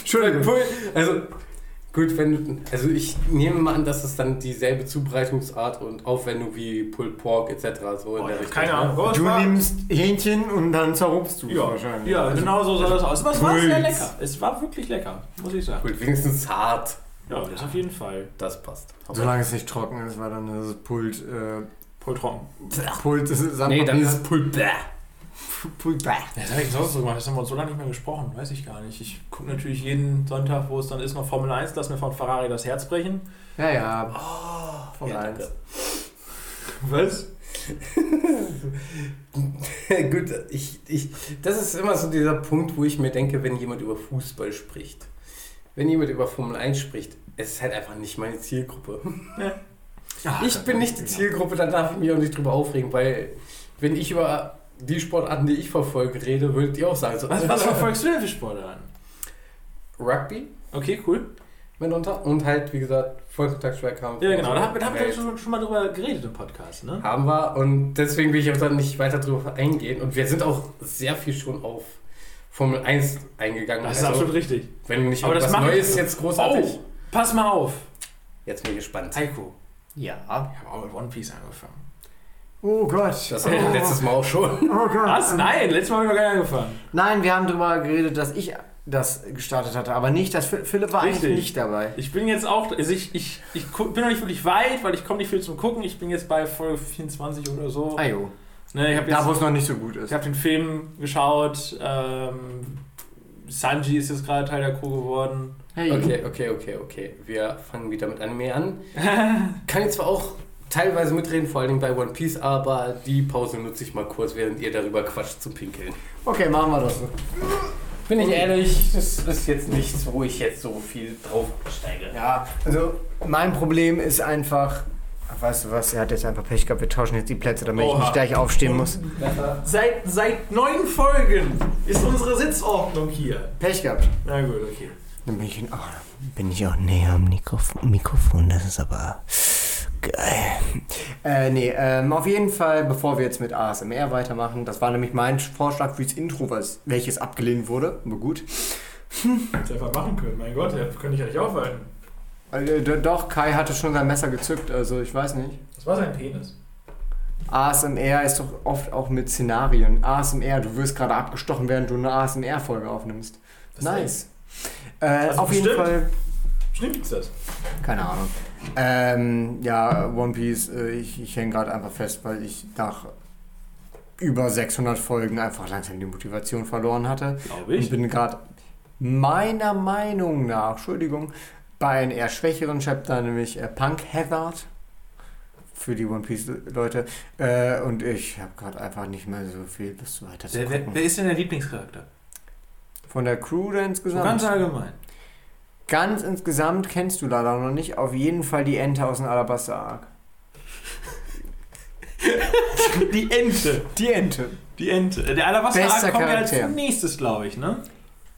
B: Entschuldigung.
D: Pull- also gut, wenn also ich nehme mal an, dass es dann dieselbe Zubereitungsart und Aufwendung wie Pulled Pork etc. so in
C: Boah,
D: der Richtung.
C: keine
D: ne?
C: Ahnung. aber es
B: Du
C: war-
B: nimmst Hähnchen und dann zerrupfst du es
C: ja,
B: wahrscheinlich.
C: ja,
B: Also,
C: genau so sah das aus. Aber es war sehr
B: Pulled.
C: lecker. Es war wirklich lecker, muss ich sagen.
D: Gut, wenigstens hart.
C: Ja, das auf jeden Fall.
D: Das passt.
B: Solange es nicht trocken ist, weil dann ist es Pulled. Äh,
C: Voll trocken.
B: Pulled ist es
D: Nee, dann ist es Pulled Bäh.
B: Pulled.
C: Ja, das habe ich sonst so gemacht. Das haben wir uns so lange nicht mehr gesprochen. Weiß ich gar nicht. Ich gucke natürlich jeden Sonntag, wo es dann ist, noch Formel 1. Lass mir von Ferrari das Herz brechen.
B: Ja, ja. Formel
D: ja,
B: 1.
C: Was?
D: gut, ich, ich, das ist immer so dieser Punkt, wo ich mir denke, wenn jemand über Fußball spricht, wenn jemand über Formel 1 spricht, es ist halt einfach nicht meine Zielgruppe. Ich bin nicht die
C: genau.
D: Zielgruppe, dann darf ich mich auch nicht drüber aufregen, weil wenn ich über die Sportarten, die ich verfolge, rede, würdet ihr auch sagen, so,
C: Was,
D: also
C: was verfolgst du denn für Sport an?
D: Rugby
C: Okay, cool.
D: mitunter und halt, wie gesagt, Vollkontaktschwerkampf.
C: Ja, genau. Da haben, da haben wir
D: Welt.
C: schon, schon mal drüber geredet im Podcast, ne?
D: Haben wir und deswegen will ich auch dann nicht weiter drüber eingehen und wir sind auch sehr viel schon auf Formel 1 eingegangen.
C: Das ist
D: Also,
C: absolut richtig.
D: Wenn nicht
C: Aber das
D: irgendwas
C: mache ich
D: Neues
C: so.
D: jetzt großartig.
C: Oh, pass mal auf.
D: Jetzt bin ich gespannt.
C: Heiko,
B: Ja.
C: ich habe auch mit One Piece angefangen.
B: Oh Gott.
D: Das hatten wir letztes Mal auch schon.
B: Oh Gott.
C: Was? Nein, letztes Mal habe ich noch gar nicht angefangen.
B: Nein, wir haben darüber geredet, dass ich das gestartet hatte, aber nicht, dass Phil- Philipp war
C: Richtig.
B: eigentlich nicht dabei.
C: Ich bin jetzt auch, also ich, ich, ich gu- bin noch nicht wirklich weit, weil ich komme nicht viel zum Gucken. Ich bin jetzt bei Folge 24 oder so.
B: Ah jo.
C: Ne, ich habe
B: Da,
C: jetzt
B: wo es noch nicht so gut ist.
C: Ich habe den Film geschaut. Ähm, Sanji ist jetzt gerade Teil der Crew geworden.
B: Hey.
D: Okay, okay, okay, okay. Wir fangen wieder mit Anime an. Kann ich zwar auch teilweise mitreden, vor allem bei One Piece, aber die Pause nutze ich mal kurz, während ihr darüber quatscht zum Pinkeln.
B: Okay, machen wir das so.
D: Bin ich ehrlich, das ist jetzt nichts, wo ich jetzt so viel drauf steige.
B: Ja, also mein Problem ist einfach. Ach, Weißt du was, er hat jetzt einfach Pech gehabt, wir tauschen jetzt die Plätze, damit ich
C: Oha.
B: nicht gleich aufstehen muss.
C: Seit, seit neun Folgen ist unsere Sitzordnung hier.
B: Pech gehabt.
C: Na gut, okay.
B: Dann bin ich, in, oh, bin ich auch näher am Mikrof Mikrofon, das ist aber geil. Äh, nee, ähm, auf jeden Fall, bevor wir jetzt mit ASMR weitermachen, das war nämlich mein Vorschlag fürs Intro, was, welches abgelehnt wurde, aber gut.
C: Hätte einfach machen können, mein Gott, ja, könnte ich ja nicht aufhalten.
B: Äh, d- doch, Kai hatte schon sein Messer gezückt, also ich weiß nicht.
C: Das war sein Penis.
B: ASMR ist doch oft auch mit Szenarien. ASMR, du wirst gerade abgestochen, während du eine ASMR-Folge aufnimmst.
C: Das
B: nice. Äh,
C: Also
B: auf jeden
C: bestimmt.
B: Fall,
C: Stimmt das?
B: keine Ahnung. Ähm, ja, One Piece, äh, ich, ich hänge gerade einfach fest, weil ich nach über 600 Folgen einfach langsam die Motivation verloren hatte.
C: Glaube
B: Ich
C: ich.
B: bin gerade meiner Meinung nach, Entschuldigung, bei einem eher schwächeren Chapter, nämlich äh, Punk Hazard für die One Piece Leute. Äh, und ich habe gerade einfach nicht mehr so viel bis zu weiter zu
C: Wer, wer,
B: gucken.
C: wer ist denn der Lieblingscharakter?
B: Von der Crew dann
C: So ganz
B: insgesamt.
C: allgemein.
B: Ganz insgesamt kennst du leider noch nicht. Auf jeden Fall die Ente aus dem Alabaster Ark.
C: Die Ente.
B: Die Ente.
C: Die Ente. Der Alabaster
B: Bester
C: kommt ja als
B: Charakter.
C: nächstes, glaube ich, ne?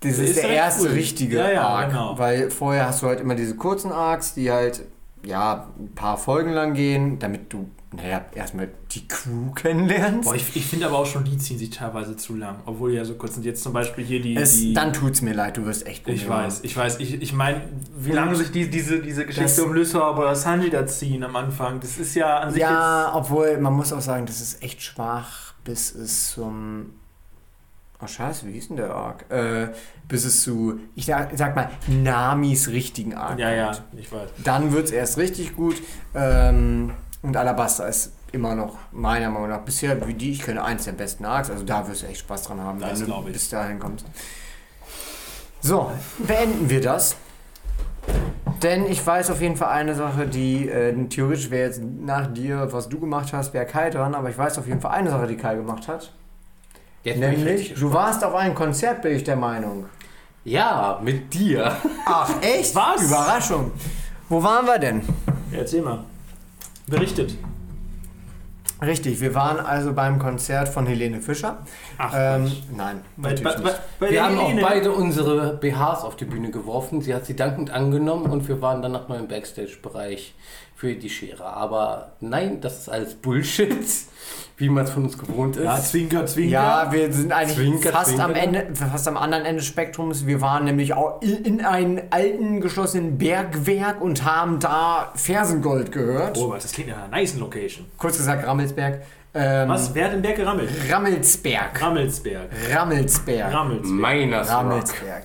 B: Das
C: Der
B: ist,
C: ist
B: der
C: recht
B: erste
C: cool.
B: richtige
C: Ja, ja,
B: Arc,
C: genau.
B: weil vorher hast du halt immer diese kurzen Arcs, die halt ja, ein paar Folgen lang gehen, damit du, naja, erstmal die Crew kennenlernst.
C: Boah, ich, ich finde aber auch schon, die ziehen sich teilweise zu lang, obwohl die ja so kurz sind. Jetzt zum Beispiel hier die.
B: es,
C: die
B: dann tut's mir leid, du wirst echt
C: ich
B: ungewohnt.
C: weiß, ich weiß, ich, ich meine, wie lange sich die, diese, diese Geschichte um Lysor oder Sanji da ziehen am Anfang, das ist ja an sich
B: Ja, obwohl, man muss auch sagen, das ist echt schwach, bis es zum. Oh, scheiße, wie hieß denn der Arc? Äh, bis es zu, ich sag, sag mal, Namis richtigen Arc
C: jetzt. Ja, ja,
B: kommt.
C: ich weiß.
B: Dann wird's erst richtig gut. Ähm, und Alabasta ist immer noch, meiner Meinung nach, bisher, wie die ich kenne, eins der besten Arcs. Also da wirst du echt Spaß dran haben,
C: Das
B: wenn du
C: glaub ich.
B: bis dahin kommst. So, beenden wir das. Denn ich weiß auf jeden Fall eine Sache, die äh, theoretisch wäre jetzt nach dir, was du gemacht hast, wäre Kai dran, aber ich weiß auf jeden Fall eine Sache, die Kai gemacht hat.
D: Jetzt bin ich
B: Nämlich,
D: richtig
B: du
D: gespannt.
B: warst auf einem Konzert, bin ich der Meinung.
D: Ja, mit dir.
B: Ach, echt?
C: Was?
B: Überraschung. Wo waren wir denn?
C: Ja, erzähl mal. Berichtet.
B: Richtig, wir waren also beim Konzert von Helene Fischer.
C: Ach,
B: ähm, nein,
C: bei,
B: natürlich
C: bei,
B: nicht.
C: bei, bei
D: wir
C: der
D: haben
C: Helene.
D: auch beide unsere BHs auf die Bühne geworfen. Sie hat sie dankend angenommen und wir waren danach mal im Backstage-Bereich für die Schere. Aber nein, das ist alles Bullshit, wie man es von uns gewohnt ist.
C: Ja, Zwinker, Zwinker.
B: Ja, wir sind eigentlich
D: Zwinker,
B: fast
D: zwinker.
B: am Ende, fast am anderen Ende des Spektrums. Wir waren nämlich auch in, in einem alten geschlossenen Bergwerk und haben da Fersengold gehört.
C: Robert, Oh, das klingt nach einer nice Location.
B: Kurz gesagt Rammelsberg. Ähm,
C: Was? Wer hat den Berg gerammelt?
B: Rammelsberg.
C: Rammelsberg.
B: Rammelsberg.
C: Rammelsberg.
D: Meiner Rock.
B: Rammelsberg.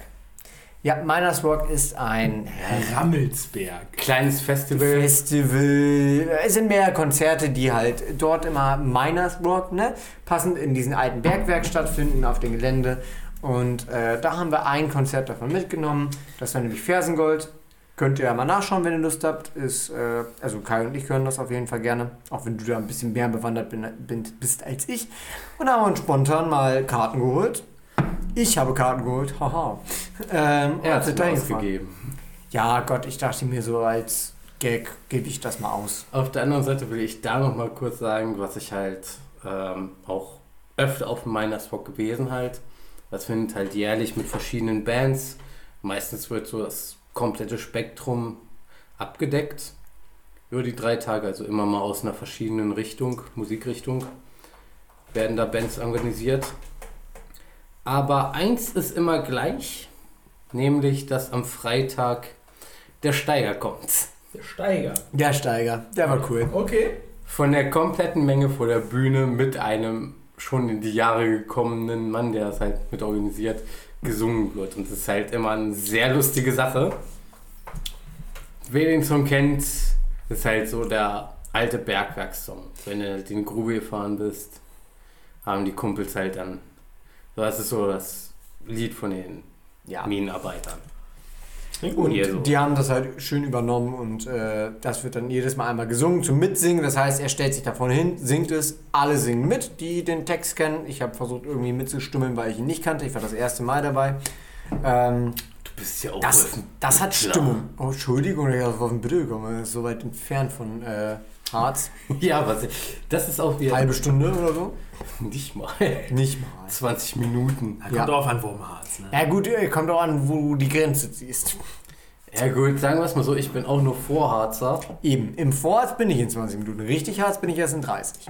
B: Ja, Miners Rock ist ein
C: Rammelsberg.
D: Kleines Festival.
B: Festival. Es sind mehr Konzerte, die halt dort immer Miners Rock, ne? Passend in diesen alten Bergwerk stattfinden, auf dem Gelände. Und äh, da haben wir ein Konzert davon mitgenommen. Das war nämlich Fersengold. Könnt ihr ja mal nachschauen, wenn ihr Lust habt. Ist, äh, also Kai und ich hören das auf jeden Fall gerne. Auch wenn du da ein bisschen mehr bewandert bin, bin, bist als ich. Und haben uns spontan mal Karten geholt. Ich habe Karten geholt. Haha. Ähm,
D: Er
B: und
D: hat es
B: sind
D: mir
B: dahin gefahren.
D: ausgegeben.
B: Ja, Gott, ich dachte mir so als Gag gebe ich das mal aus.
D: Auf der anderen Seite will ich da noch mal kurz sagen, was ich halt ähm, auch öfter auf dem Miners Rock gewesen halt. Das findet halt jährlich mit verschiedenen Bands. Meistens wird so das komplette Spektrum abgedeckt über die drei Tage, also immer mal aus einer verschiedenen Richtung, Musikrichtung, werden da Bands organisiert. Aber eins ist immer gleich, nämlich dass am Freitag der Steiger kommt.
E: Der Steiger.
B: Der Steiger, der war cool.
E: Okay.
D: Von der kompletten Menge vor der Bühne mit einem schon in die Jahre gekommenen Mann, der das halt mit organisiert, gesungen wird. Und das ist halt immer eine sehr lustige Sache. Wer den Song kennt, ist halt so der alte Bergwerkssong. Wenn du halt in die Grube gefahren bist, haben die Kumpels halt dann. So, Das ist so das Lied von den
B: Ja.
D: Minenarbeitern.
C: Klingt
B: Und
D: Hier so.
B: die haben das halt schön übernommen und äh, das wird dann jedes Mal einmal gesungen zum Mitsingen. Das heißt, er stellt sich davon hin, singt es, alle singen mit, die den Text kennen. Ich habe versucht irgendwie mitzustimmen, weil ich ihn nicht kannte. Ich war das erste Mal dabei. Ähm,
D: Du bist ja auch
B: das,
D: auf dem
B: das hat
D: Oh, Klar.
B: Stimmung. Oh, Entschuldigung, ich war auf den Bitte gekommen. Das ist so weit entfernt von äh, Harz.
D: Ja, was, das ist auch wieder
B: Halbe Stunde oder so?
D: nicht mal
B: Nicht mal.
D: 20 Minuten.
C: Kommt
B: Ja.
C: drauf an, wo im Harz. Ne?
B: Ja gut, äh, kommt auch an, wo du die Grenze ziehst.
D: Ja gut, sagen wir es mal so, ich bin auch nur Vorharzer.
B: Eben, im Vorharz bin ich in 20 Minuten. Richtig Harz bin ich erst in 30.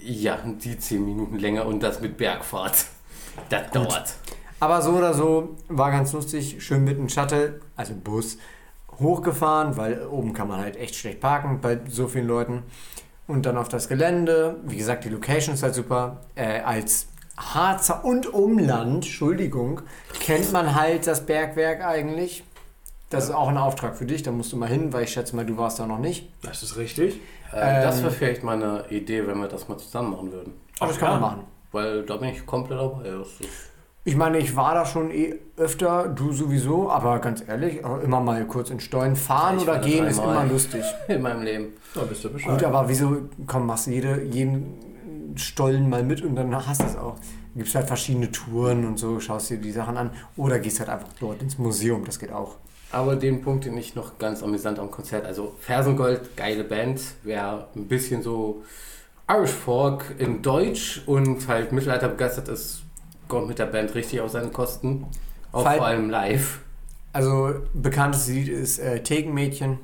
D: Ja, die 10 Minuten länger und das mit Bergfahrt. Das dauert.
B: Aber so oder so war ganz lustig. Schön mit einem Shuttle, also einem Bus, hochgefahren, weil oben kann man halt echt schlecht parken bei so vielen Leuten. Und dann auf das Gelände. Wie gesagt, die Location ist halt super. Äh, als Harzer und Umland, Entschuldigung, kennt man halt das Bergwerk eigentlich. Das ist auch ein Auftrag für dich, da musst du mal hin, weil ich schätze mal, du warst da noch nicht.
C: Das ist richtig.
D: Äh, das
B: ähm.
D: wäre vielleicht mal eine Idee, wenn wir das mal zusammen machen würden.
B: Aber das kann man
C: ja.
B: machen.
D: Weil da bin ich komplett dabei. Das ist-
B: Ich meine, ich war da schon eh öfter, du sowieso, aber ganz ehrlich, auch immer mal kurz in Steuern fahren
D: Ich
B: oder
D: war da
B: gehen ist
D: dreimal.
B: immer lustig.
D: In meinem Leben.
C: Da bist du
B: Gut,
C: Bescheid.
B: aber wieso, komm, machst du jede, jeden Stollen mal mit und dann hast du es auch. Gibt es halt verschiedene Touren und so, schaust dir die Sachen an oder gehst halt einfach dort ins Museum, das geht auch.
D: Aber den Punkt, den ich noch ganz amüsant am Konzert, also Fersengold, geile Band, wer ein bisschen so Irish Folk in Deutsch und halt Mittelalter begeistert ist, kommt mit der Band richtig auf seine Kosten. Auch
B: Fall-
D: vor allem live.
B: Also, bekanntes Lied ist äh, Thekenmädchen.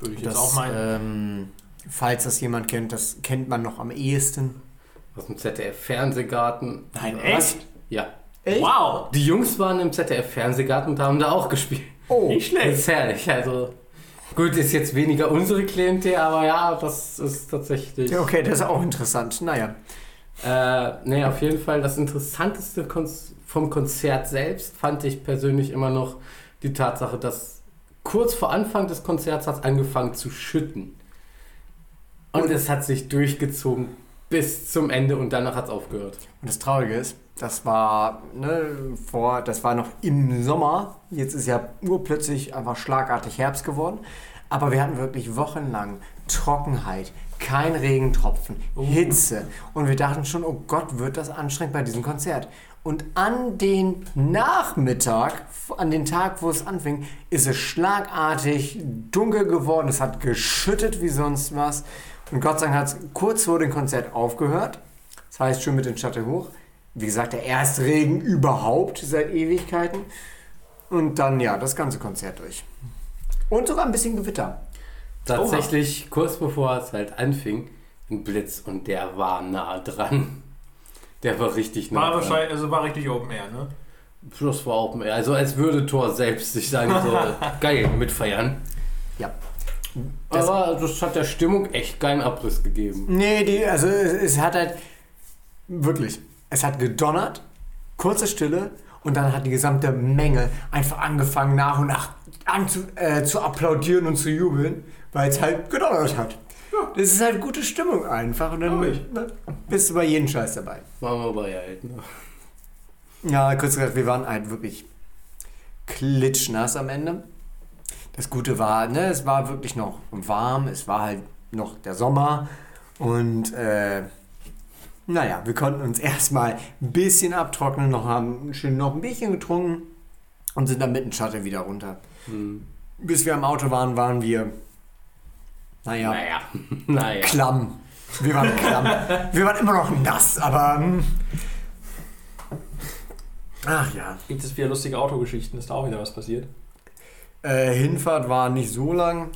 C: Würde ich
B: Das,
C: jetzt auch meinen.
B: ähm, falls das jemand kennt, das kennt man noch am ehesten.
D: Aus dem ZDF-Fernsehgarten.
C: Nein,
B: was?
C: echt?
D: Ja.
C: Wow!
D: Die Jungs waren im ZDF-Fernsehgarten und haben da auch gespielt.
B: Oh,
C: Nicht
D: Das
C: schlecht.
D: ist herrlich. Also, gut, ist jetzt weniger unsere Klientel, aber ja, das ist tatsächlich.
B: ja, okay, das ist auch interessant. Naja,
D: Äh, nee, auf jeden Fall das Interessanteste Konz vom Konzert selbst fand ich persönlich immer noch die Tatsache, dass kurz vor Anfang des Konzerts hat es angefangen zu schütten. Und es hat sich durchgezogen bis zum Ende und danach hat es aufgehört.
B: und das Traurige ist, das war ne, vor, das war noch im Sommer. Jetzt ist ja urplötzlich einfach schlagartig Herbst geworden. Aber wir hatten wirklich wochenlang Trockenheit, kein Regentropfen, Hitze. Und wir dachten schon, oh Gott, wird das anstrengend bei diesem Konzert. Und an den Nachmittag, an den Tag, wo es anfing, ist es schlagartig dunkel geworden. Es hat geschüttet wie sonst was. Und Gott sei Dank hat es kurz vor dem Konzert aufgehört. Das heißt, schön mit den Shuttle hoch. Wie gesagt, der erste Regen überhaupt seit Ewigkeiten. Und dann, ja, das ganze Konzert durch. Und sogar ein bisschen Gewitter.
D: Tatsächlich, kurz bevor es halt anfing, ein Blitz und der war nah dran. Der war richtig
C: Genau.
D: nah
E: War
D: dran.
E: wahrscheinlich, also war richtig Open Air, ne?
D: Plus war Open Air. Also als würde Tor selbst sich sagen, so geil mitfeiern.
B: Ja. Das-
D: Aber das hat der Stimmung echt keinen Abriss gegeben.
B: Nee, die, also es, es hat halt wirklich, es hat gedonnert, kurze Stille und dann hat die gesamte Menge einfach angefangen nach und nach an zu, äh, zu applaudieren und zu jubeln, weil es halt gedonnert hat. Das ist halt gute Stimmung einfach und dann
E: Glaub ich.
B: ne, bist du bei jedem Scheiß dabei.
D: Waren wir bei halt. Ne?
B: Ja, kurz gesagt, wir waren halt wirklich klitschnass am Ende. Das Gute war, ne, es war wirklich noch warm, es war halt noch der Sommer und äh, naja, wir konnten uns erstmal ein bisschen abtrocknen, noch haben schön noch ein bisschen getrunken und sind dann mit dem Shuttle wieder runter.
D: Hm.
B: Bis wir am Auto waren, waren wir, naja,
D: Naja, naja.
B: klamm. Wir waren klamm. wir waren immer noch nass, aber hm. ach ja.
C: Gibt es wieder lustige Autogeschichten? Ist da auch wieder was passiert?
B: Äh, Hinfahrt war nicht so lang.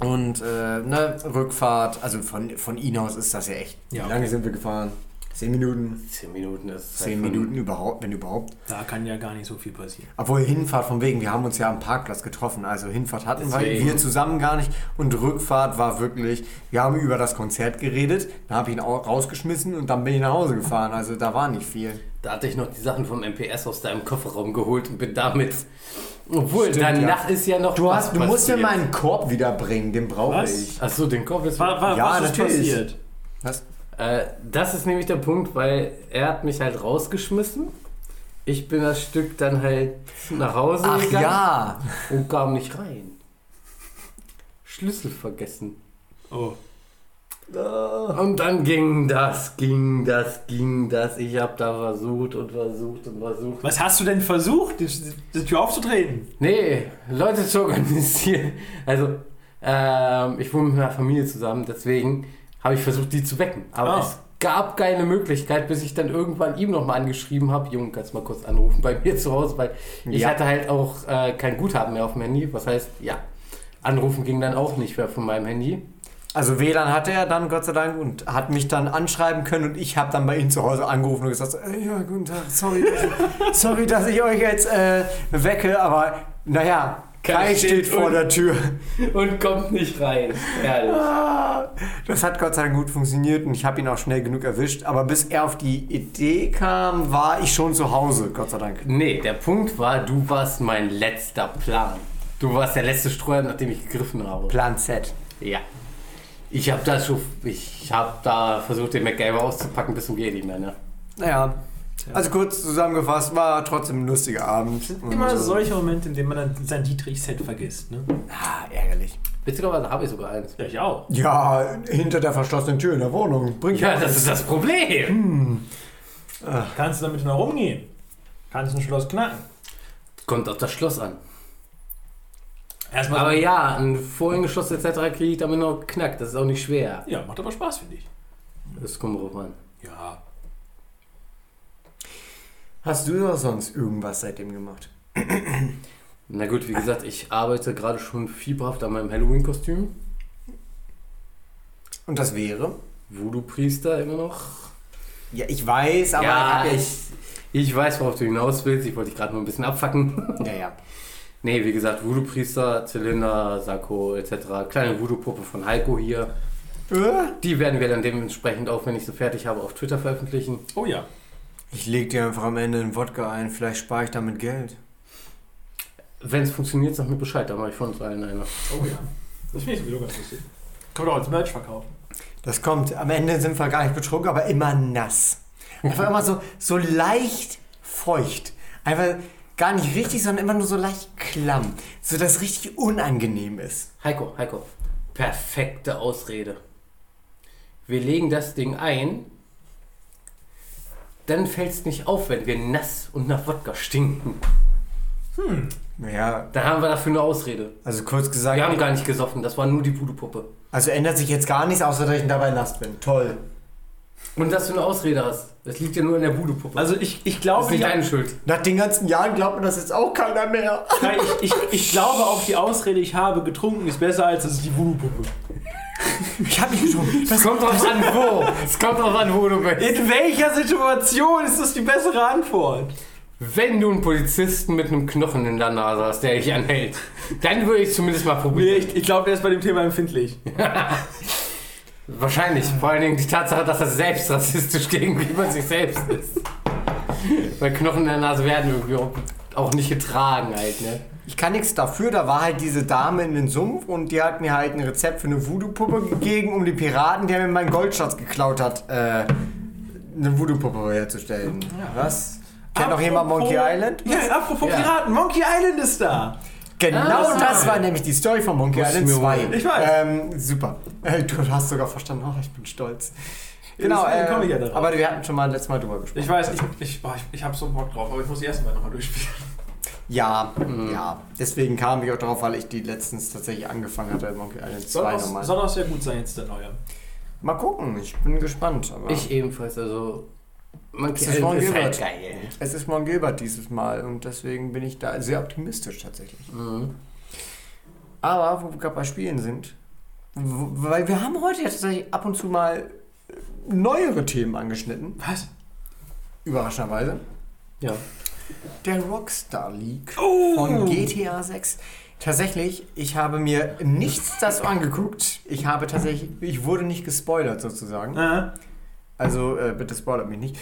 B: Und äh, ne, Rückfahrt, also von, von Ihnen aus ist das ja echt.
C: Ja,
B: Wie lange sind wir gefahren? Zehn Minuten.
D: Zehn Minuten ist halt
B: Zehn
D: von-
B: Minuten überhaupt, wenn überhaupt.
C: Da kann ja gar nicht so viel passieren.
B: Obwohl Hinfahrt von wegen, wir haben uns ja am Parkplatz getroffen. Also Hinfahrt hatten wir,
D: Deswegen.
B: wir zusammen gar nicht. Und Rückfahrt war wirklich, wir haben über das Konzert geredet, dann habe ich ihn auch rausgeschmissen und dann bin ich nach Hause gefahren. Also da war nicht viel.
D: Da hatte ich noch die Sachen vom MPS aus deinem Kofferraum geholt und bin damit. Obwohl,
B: Stimmt,
D: danach ist ja noch.
B: Du,
D: was
B: hast, du musst mir
D: passiert.
B: meinen Korb wiederbringen, den brauche
C: Was?
B: ich.
D: Achso, den Kopf ist.
C: War, war,
B: Ja,
C: was ist
B: natürlich.
C: passiert?
B: Was?
D: Äh, das ist nämlich der Punkt, weil er hat mich halt rausgeschmissen. Ich bin das Stück dann halt nach Hause
B: Ach
D: gegangen
B: ja.
D: und kam nicht rein. Schlüssel vergessen.
C: Oh.
B: Ah.
D: Und dann ging das, ging das, ging das. Ich hab da versucht und versucht und versucht.
C: Was hast du denn versucht, die, die Tür aufzutreten?
D: Nee, Leute zu organisieren. Also, ähm, ich wohne mit meiner Familie zusammen, deswegen habe ich versucht, die zu wecken. Aber
C: Ah.
D: es gab keine Möglichkeit, bis ich dann irgendwann ihm nochmal angeschrieben habe, Junge, kannst du mal kurz anrufen bei mir zu Hause, weil ich
B: Ja.
D: hatte halt auch äh, kein Guthaben mehr auf dem Handy. Was heißt, ja, anrufen ging dann auch nicht mehr von meinem Handy.
B: Also WLAN hatte er dann, Gott sei Dank, und hat mich dann anschreiben können und ich habe dann bei ihm zu Hause angerufen und gesagt, äh, ja, guten Tag, sorry, dass ich, sorry, dass ich euch jetzt äh, wecke, aber naja, Kai,
D: Kai
B: steht,
D: steht
B: vor
D: und-
B: der Tür.
D: Und kommt nicht rein, ehrlich.
B: Ah, Das hat Gott sei Dank gut funktioniert und ich habe ihn auch schnell genug erwischt, aber bis er auf die Idee kam, war ich schon zu Hause, Gott sei Dank.
D: Nee, der Punkt war, du warst mein letzter Plan. Du warst der letzte Streuer, nachdem ich gegriffen habe.
B: Plan Z.
D: Ja. Ich habe da schon, ich habe da versucht, den MacGyver auszupacken bis zum geht nicht mehr, ne?
B: Naja, also kurz zusammengefasst, war trotzdem ein lustiger Abend. und,
C: Immer
B: äh,
C: solche Momente, in denen man dann sein Dietrich-Set vergisst, ne?
B: Ah, ärgerlich.
D: Witzigerweise habe ich sogar eins.
C: Ja, ich auch.
B: Ja, hinter der verschlossenen Tür in der Wohnung. Bringt
D: Ja, das ist das Problem.
C: Kannst du damit noch rumgehen? Kannst du ein Schloss knacken?
D: Kommt auf das Schloss an.
C: Erstmal.
D: Aber
C: so-
D: ja, ein Vorhängeschloss etc. kriege ich damit noch knackt. Das ist auch nicht schwer.
C: ja, macht aber Spaß, finde ich.
D: Das kommt drauf an.
C: Ja.
B: Hast du doch sonst irgendwas seitdem gemacht?
D: Na gut, wie gesagt, ich arbeite gerade schon fieberhaft an meinem Halloween-Kostüm.
B: Und das wäre?
D: Voodoo-Priester immer noch.
B: Ja, ich weiß, aber
D: ja,
B: ich hab
D: ich, ich weiß, worauf du hinaus willst. Ich wollte dich gerade nur ein bisschen abfacken.
B: Ja, ja.
D: nee, wie gesagt, Voodoo-Priester, Zylinder, Sakko etc. Kleine Voodoo-Puppe von Heiko hier.
B: Äh,
D: Die werden wir dann dementsprechend auch, wenn ich sie fertig habe, auf Twitter veröffentlichen.
C: Oh ja.
B: Ich leg dir einfach am Ende einen Wodka ein, vielleicht spare ich damit Geld.
D: Wenn es funktioniert, sag mir Bescheid, da mache ich von uns allen eine.
C: Oh ja. Das finde ich sowieso ganz lustig. Können wir auch als Merch verkaufen.
B: Das kommt. Am Ende sind wir gar nicht betrunken, aber immer nass. Einfach immer so, so leicht feucht. Einfach gar nicht richtig, sondern immer nur so leicht klamm. Sodass richtig unangenehm ist.
D: Heiko, Heiko, perfekte Ausrede. Wir legen das Ding ein, dann fällt es nicht auf, wenn wir nass und nach Wodka stinken.
B: Naja,
D: Dann haben wir dafür eine Ausrede.
B: also kurz gesagt,
D: Wir haben gar nicht gesoffen, das war nur die Voodoo-Puppe.
B: also ändert sich jetzt gar nichts, außer dass ich dabei nass bin. Toll.
D: Und dass du eine Ausrede hast, das liegt ja nur in der Voodoo-Puppe.
C: Also ich, ich
D: das ist
C: glaube,
D: nicht
C: die,
D: deine Schuld.
B: Nach den ganzen Jahren glaubt mir das jetzt auch keiner mehr.
C: Nein, ich, ich, ich glaube auch die Ausrede, ich habe getrunken, ist besser als es ist die Voodoo-Puppe.
B: Ich hab mich getrunken.
D: Es kommt drauf an, wo. Es kommt drauf an, wo du bist.
C: In welcher Situation ist das die bessere Antwort?
D: Wenn du einen Polizisten mit einem Knochen in der Nase hast, der dich anhält, dann würde ich zumindest mal
C: Nee,
D: probieren.
C: ich, ich glaube, der ist bei dem Thema empfindlich.
D: Wahrscheinlich. Vor allen Dingen die Tatsache, dass er selbst rassistisch gegenüber sich selbst ist. Weil Knochen in der Nase werden irgendwie auch- auch nicht getragen halt, ne?
B: Ich kann nichts dafür, da war halt diese Dame in den Sumpf und die hat mir halt ein Rezept für eine Voodoo-Puppe gegeben, um den Piraten, der mir meinen Goldschatz geklaut hat, äh, eine Voodoo-Puppe herzustellen. Was? Kennt noch jemand
C: Apropos-
B: Monkey Island?
C: Ja, apropos
D: Ja.
C: Piraten, Monkey Island ist da.
B: Genau
D: Ah.
B: das war nämlich die Story von Monkey
D: Muss ich
B: Island
D: mir
B: 2.
D: holen.
C: Ich weiß.
B: Ähm, super. Äh, Du hast sogar verstanden, oh, ich bin stolz. Genau,
C: deswegen komme ich ja
B: äh,
C: darauf.
B: aber wir hatten schon mal letztes Mal drüber gesprochen.
C: Ich weiß, ich, ich, boah, ich, ich habe so Bock drauf, aber ich muss die erste Mal nochmal durchspielen.
B: Ja, ja. Mhm. Deswegen kam ich auch drauf, weil ich die letztens tatsächlich angefangen hatte, Monkey Island 2
C: Soll auch,
B: nochmal.
C: soll auch sehr gut sein jetzt der neue.
B: Mal gucken, ich bin gespannt. Aber
D: Ich ebenfalls, also. Man halt,
B: Es ist Ron Gilbert.
D: geil.
B: Es ist Mon Gilbert dieses Mal und deswegen bin ich da sehr optimistisch tatsächlich.
D: Mhm.
B: Aber wo wir gerade bei Spielen sind, w- weil wir haben heute ja tatsächlich ab und zu mal äh, neuere Themen angeschnitten,
C: Was?
B: überraschenderweise.
D: Ja.
B: Der Rockstar League
C: Oh!
B: von GTA 6. Tatsächlich, ich habe mir nichts das angeguckt. Ich habe tatsächlich, ich wurde nicht gespoilert sozusagen.
C: Äh,
B: Also äh, bitte spoilert mich nicht.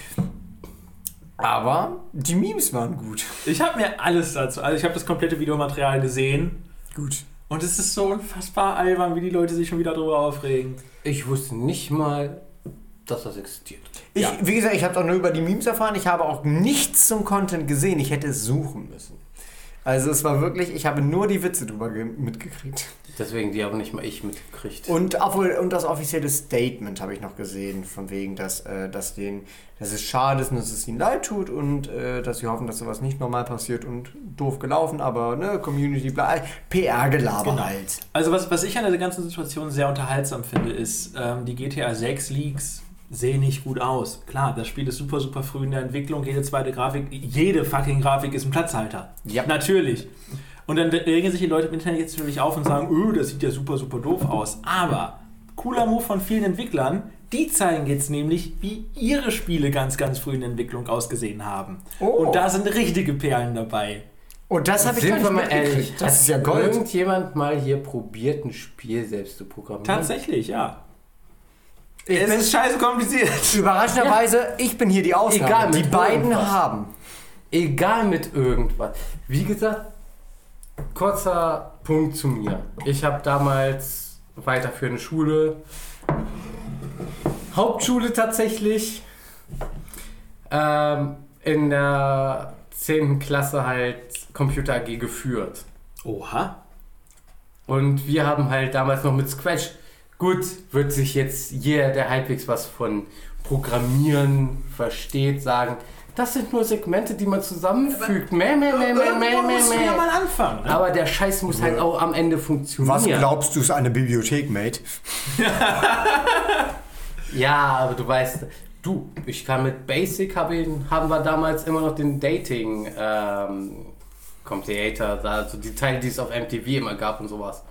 B: Aber die Memes waren gut.
C: ich habe mir alles dazu, also ich habe das komplette Videomaterial gesehen
B: Gut.
C: und es ist so unfassbar albern, wie die Leute sich schon wieder drüber aufregen.
D: Ich wusste nicht mal, dass das existiert.
B: Ich,
C: Ja.
B: Wie gesagt, ich habe auch nur über die Memes erfahren. Ich habe auch nichts zum Content gesehen. Ich hätte es suchen müssen. Also es war wirklich, ich habe nur die Witze drüber ge- mitgekriegt.
D: Deswegen die habe nicht mal ich mitgekriegt.
B: Und, obwohl- und das offizielle Statement habe ich noch gesehen, von wegen, dass, äh, dass, denen, dass es schade ist und dass es ihnen leid tut und äh, dass sie hoffen, dass sowas nicht normal passiert und doof gelaufen, aber ne, Community, bla, PR-Gelaber
C: Genau.
B: halt.
C: Also was, was ich an der ganzen Situation sehr unterhaltsam finde, ist, ähm, die GTA 6 Leaks sehen nicht gut aus. Klar, das Spiel ist super, super früh in der Entwicklung, jede zweite Grafik, jede fucking Grafik ist ein Platzhalter.
B: Ja.
C: Natürlich. Und dann regen sich die Leute im Internet jetzt natürlich auf und sagen, öh, das sieht ja super, super doof aus. Aber cooler Move von vielen Entwicklern, die zeigen jetzt nämlich, wie ihre Spiele ganz, ganz früh in der Entwicklung ausgesehen haben.
B: Oh.
C: Und da sind richtige Perlen dabei.
B: Und das habe ich gar
D: Sind wir
B: nicht
D: mal ehrlich,
B: mitgekriegt. Das ist ja Gold.
D: irgendjemand mal hier probiert, ein Spiel selbst zu programmieren?
C: Tatsächlich, ja.
B: Mhm. Ich
C: es
B: bin-
C: ist scheiße kompliziert.
B: Überraschenderweise, ich bin hier die Ausnahme.
D: Egal, mit
B: die beiden
D: irgendwas.
B: haben.
D: Egal mit irgendwas. Wie gesagt, kurzer Punkt zu mir. Ich habe damals weiterführende Schule, Hauptschule tatsächlich, ähm, in der 10. Klasse halt Computer AG geführt.
C: Oha.
D: Und wir haben halt damals noch mit Scratch. Gut, wird sich jetzt jeder, der halbwegs was von Programmieren versteht, sagen, das sind nur Segmente, die man zusammenfügt. Mäh, mäh, mäh, mäh, mäh,
C: Irgendwo
D: mäh,
C: müssen wir ja mal
D: mäh.
C: anfangen. Ne?
D: Aber der Scheiß muss halt auch am Ende funktionieren.
B: du, ist eine Bibliothek, Mate?
D: Ja, aber du weißt, du, ich kann mit Basic, hab ihn, haben wir damals immer noch den Dating, ähm, Commentator, also die Teile, die es auf MTV immer gab und sowas.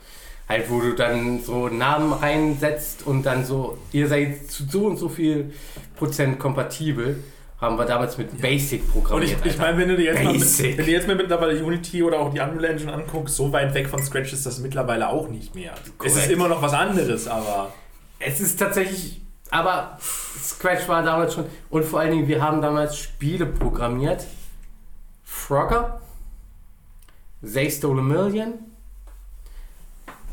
D: Halt, wo du dann so Namen reinsetzt und dann so, ihr seid zu so und so viel Prozent kompatibel, haben wir damals mit Basic
C: Und
D: programmiert.
C: ich, ich
D: Alter.
C: meine, wenn du dir jetzt, mal, mit-
D: Basic.
C: wenn du jetzt mal mittlerweile Unity oder auch die Unreal Engine anguckst, so weit weg von Scratch ist das mittlerweile auch nicht mehr. Es ist
D: Korrekt.
C: immer noch was anderes, aber
D: Es ist tatsächlich, aber Scratch war damals schon, und vor allen Dingen, wir haben damals Spiele programmiert. Frogger, They Stole a Million,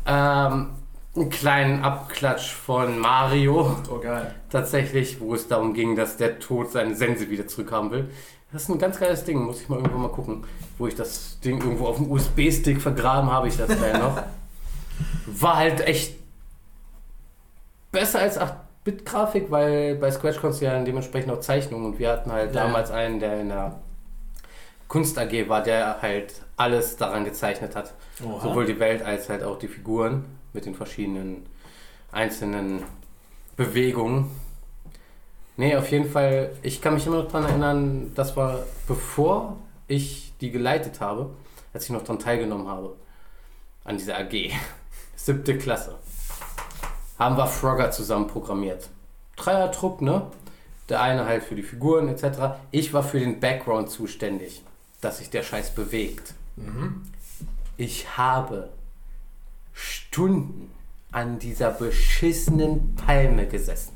D: ähm, einen kleinen Abklatsch von Mario,
C: oh geil.
D: tatsächlich, wo es darum ging, dass der Tod seine Sense wieder zurückhaben will. Das ist ein ganz geiles Ding, muss ich mal irgendwann mal gucken, wo ich das Ding irgendwo auf dem USB-Stick vergraben habe, ich das da noch. War halt echt besser als 8-Bit-Grafik, weil bei Scratch konntest du ja dementsprechend auch Zeichnungen und wir hatten halt
C: Ja.
D: damals einen, der in der Kunst AG war, der halt alles daran gezeichnet hat.
C: Oha.
D: Sowohl die Welt als halt auch die Figuren mit den verschiedenen einzelnen Bewegungen. Nee, auf jeden Fall, ich kann mich immer noch daran erinnern, das war bevor ich die geleitet habe, als ich noch daran teilgenommen habe. An dieser AG. Siebte Klasse. Haben wir Frogger zusammen programmiert. Dreier-Trupp, ne? Der eine halt für die Figuren etc. Ich war für den Background zuständig, dass sich der Scheiß bewegt. Ich habe Stunden an dieser beschissenen Palme gesessen.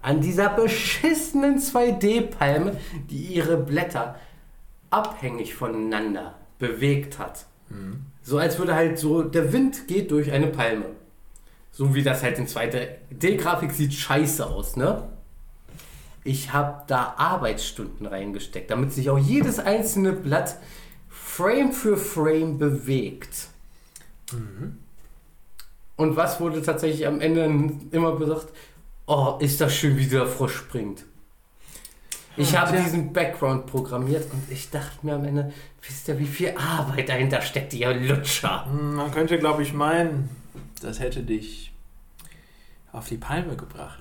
D: An dieser beschissenen 2D-Palme, die ihre Blätter abhängig voneinander bewegt hat. So als würde halt so, der Wind geht durch eine Palme. So wie das halt in 2D-Grafik sieht scheiße aus, ne? Ich habe da Arbeitsstunden reingesteckt, damit sich auch jedes einzelne Blatt Frame für Frame bewegt. Und was wurde tatsächlich am Ende immer gesagt? Oh, ist das schön, wie der Frosch springt. Ich habe diesen Background programmiert und ich dachte mir am Ende, wisst ihr, wie viel Arbeit dahinter steckt, ihr Lutscher?
C: Hm, Man könnte, glaube ich, meinen, das hätte dich auf die Palme gebracht.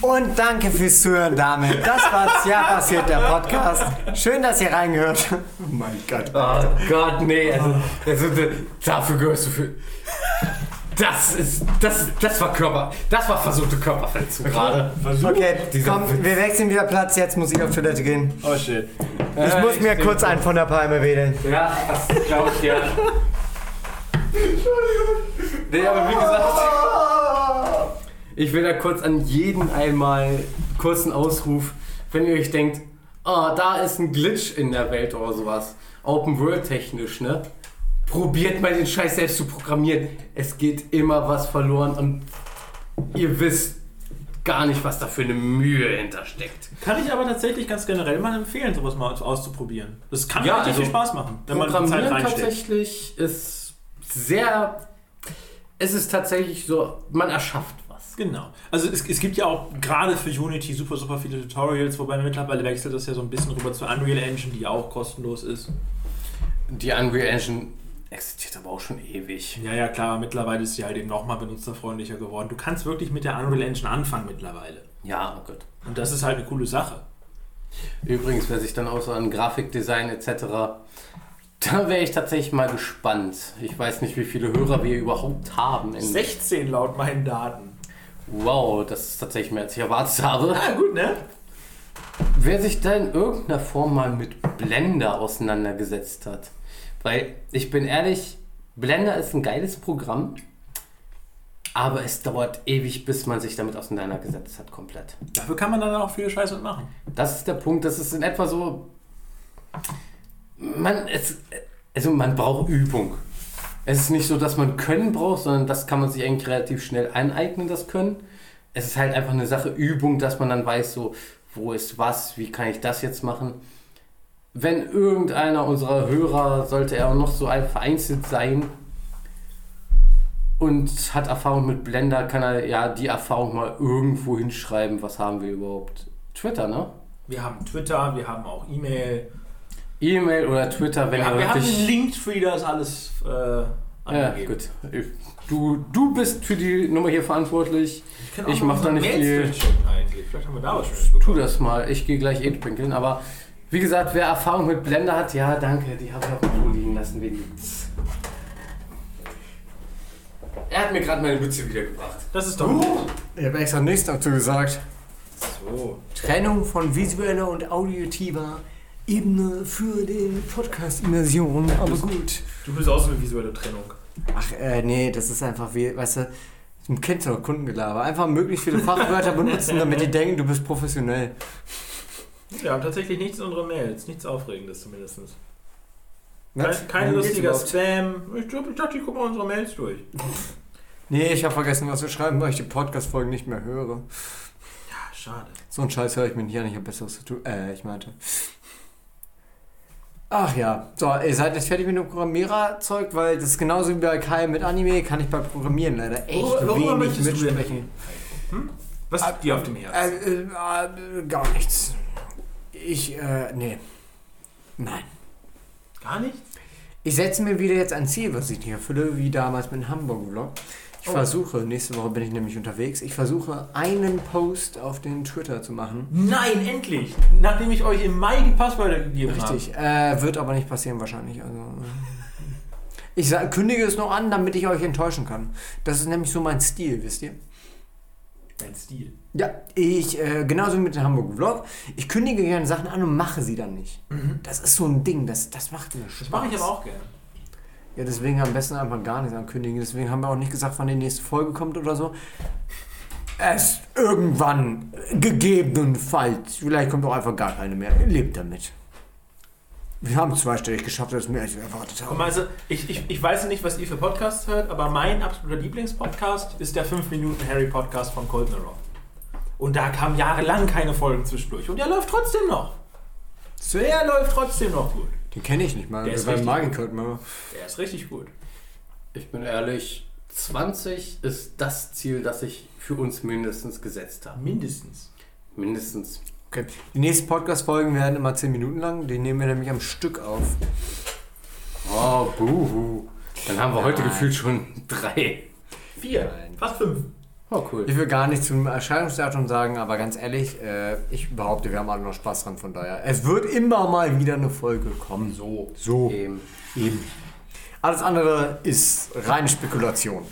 B: Und danke fürs Zuhören, Damen. Das war's. Ja, passiert der Podcast. Schön, dass ihr reingehört. Oh mein Gott.
D: Oh Gott, nee, also, also d- dafür gehörst du für. Das ist. Das, das war Körper. Das war versuchte Körperverletzung gerade.
B: Okay,
D: Dieser
B: komm,
D: Witz.
B: wir wechseln wieder Platz. Jetzt muss ich auf Toilette gehen.
C: Oh shit.
B: Ich
D: Äh,
B: muss
D: ich
B: mir
D: denk-
B: kurz einen von der Palme wedeln.
D: Ja, das glaube ich dir. Nee, aber wie gesagt, ich will da kurz an jeden einmal kurzen Ausruf, wenn ihr euch denkt, ah, da ist ein Glitch in der Welt oder sowas, Open World technisch, ne? Probiert mal den Scheiß selbst zu programmieren. Es geht immer was verloren und ihr wisst gar nicht, was da für eine Mühe hintersteckt.
C: Kann ich aber tatsächlich ganz generell mal empfehlen, sowas mal auszuprobieren. Das kann
D: Ja,
C: richtig
D: also,
C: viel Spaß machen, wenn man
D: Programmieren
C: Zeit reinsteckt.
D: tatsächlich ist sehr. Es ist tatsächlich so, man erschafft was.
C: Genau. Also es, es gibt ja auch gerade für Unity super, super viele Tutorials, wobei mittlerweile wechselt das ja so ein bisschen rüber zur Unreal Engine, die ja auch kostenlos ist.
D: Die Unreal Engine existiert aber auch schon ewig.
C: Ja, ja, klar, mittlerweile ist sie halt eben nochmal benutzerfreundlicher geworden. Du kannst wirklich mit der Unreal Engine anfangen mittlerweile.
D: Ja, oh Gott.
C: Und das ist halt eine coole Sache.
D: Übrigens, wer sich dann auch so an Grafikdesign etc. Da wäre ich tatsächlich mal gespannt. Ich weiß nicht, wie viele Hörer wir überhaupt haben. in-
C: 16 laut meinen Daten.
D: Wow, das ist tatsächlich mehr, als ich erwartet habe.
C: Ah, gut, ne?
D: Wer sich da in irgendeiner Form mal mit Blender auseinandergesetzt hat. Weil ich bin ehrlich, Blender ist ein geiles Programm, aber es dauert ewig, bis man sich damit auseinandergesetzt hat, komplett.
C: Dafür kann man dann auch viel Scheiße mitmachen.
D: Das ist der Punkt, das ist in etwa so. Man, es, also man braucht Übung. Es ist nicht so, dass man Können braucht, sondern das kann man sich eigentlich relativ schnell aneignen, das Können. Es ist halt einfach eine Sache Übung, dass man dann weiß, so, wo ist was, wie kann ich das jetzt machen. Wenn irgendeiner unserer Hörer, sollte er auch noch so ein- vereinzelt sein und hat Erfahrung mit Blender, kann er ja die Erfahrung mal irgendwo hinschreiben, was haben wir überhaupt. Twitter, ne?
C: Wir haben Twitter, wir haben auch E-Mail.
D: E-Mail oder Twitter,
C: Wir,
D: wenn ihr
C: haben- wir haben einen
D: wirklich.
C: Linktree, da ist alles äh,
D: Ja,
C: angegeben.
D: gut. Du, du bist für die Nummer hier verantwortlich.
C: kann
D: Ich
C: auch
D: mach da
C: mal
D: nicht
C: Mails
D: viel.
C: durchchecken eigentlich. Vielleicht haben wir da was Schönes bekommen.
D: Tu das mal. Ich gehe gleich eh pinkeln, aber Wie gesagt, wer Erfahrung mit Blender hat, ja, danke, die habe ich auf dem Klo liegen lassen wegen Witz. Er hat mir gerade meine Mütze wiedergebracht.
C: Das ist doch
B: Ich habe extra nichts dazu gesagt.
D: So.
B: Trennung von visueller und auditiver Ebene für den Podcast-Immersion, aber gut.
C: Du bist auch so eine visuelle Trennung.
B: Ach, äh, nee, das ist einfach wie, weißt du, du kennst doch Kundengelaber. Einfach möglichst viele Fachwörter benutzen, damit die denken, du bist professionell.
C: Wir haben tatsächlich nichts in unseren Mails. Nichts Aufregendes zumindest.
B: Ne?
C: Kein, kein
B: Nein,
C: lustiger
B: geht's überhaupt.
C: Spam. Ich, glaub, ich dachte, ich gucke mal unsere Mails durch.
B: Nee, ich habe vergessen, was wir schreiben, weil ich die Podcast-Folgen nicht mehr höre.
C: Ja, schade.
B: So einen Scheiß höre ich mir nicht an, ich habe besseres zu tun. Äh, ich meinte. Ach ja, so, ihr seid jetzt fertig mit dem Programmierer-Zeug, weil das ist genauso wie bei Kai mit Anime, kann ich bei Programmieren leider echt
C: Worüber- worüber
B: wenig
C: möchtest du denn Hm?
B: mitsprechen.
C: Was habt ihr auf dem Herz?
B: Äh, äh, äh, gar nichts. Ich, äh, nee. Nein. äh,
C: Gar nichts?
B: Ich setze mir wieder jetzt ein Ziel, was ich nicht erfülle, wie damals mit dem Hamburg-Vlog. Ich
C: Oh.
B: versuche, nächste Woche bin ich nämlich unterwegs, ich versuche einen Post auf den Twitter zu machen.
C: Nein, endlich! Nachdem ich euch im Mai die Passwörter gegeben habe.
B: Richtig. Äh, wird aber nicht passieren wahrscheinlich. Also, ich sa- kündige es noch an, damit ich euch enttäuschen kann. Das ist nämlich so mein Stil, wisst ihr?
C: Dein Stil.
B: Ja, ich, äh, genauso wie mit dem Hamburg-Vlog, ich kündige gerne Sachen an und mache sie dann nicht. Das ist so ein Ding, das, das macht mir Spaß.
C: Mhm. Das mache ich aber auch gerne.
B: Ja, deswegen am besten einfach gar nichts ankündigen. Deswegen haben wir auch nicht gesagt, wann die nächste Folge kommt oder so. Es irgendwann, gegebenenfalls. Vielleicht kommt auch einfach gar keine mehr. Lebt damit. Wir haben zweistellig geschafft, das ist mehr als wir erwartet
C: Guck
B: haben.
C: mal, also ich, ich, ich weiß nicht, was ihr für Podcasts hört, aber mein absoluter Lieblingspodcast ist der 5-Minuten-Harry-Podcast von Colton Rock. Und da kamen jahrelang keine Folgen zwischendurch. Und der läuft trotzdem noch. Der läuft trotzdem noch gut.
B: Den kenne ich nicht mal.
C: Der ist
B: war
C: richtig.
B: Magicult mal.
C: Der ist richtig gut.
D: Ich bin ehrlich, 20 ist das Ziel, das ich für uns mindestens gesetzt habe.
C: Mindestens.
D: Mindestens.
B: Okay. Die nächsten Podcast-Folgen werden immer 10 Minuten lang. Die nehmen wir nämlich am Stück auf.
D: Oh, buhu. Dann haben wir heute gefühlt schon drei.
C: Vier. Fast fünf.
D: Oh, cool.
B: Ich will gar nichts zum Erscheinungsdatum sagen, aber ganz ehrlich, äh, ich behaupte, wir haben alle noch Spaß dran. Von daher, es wird immer mal wieder eine Folge kommen.
D: So.
B: So.
D: Eben.
B: Eben. Alles andere ist reine Spekulation.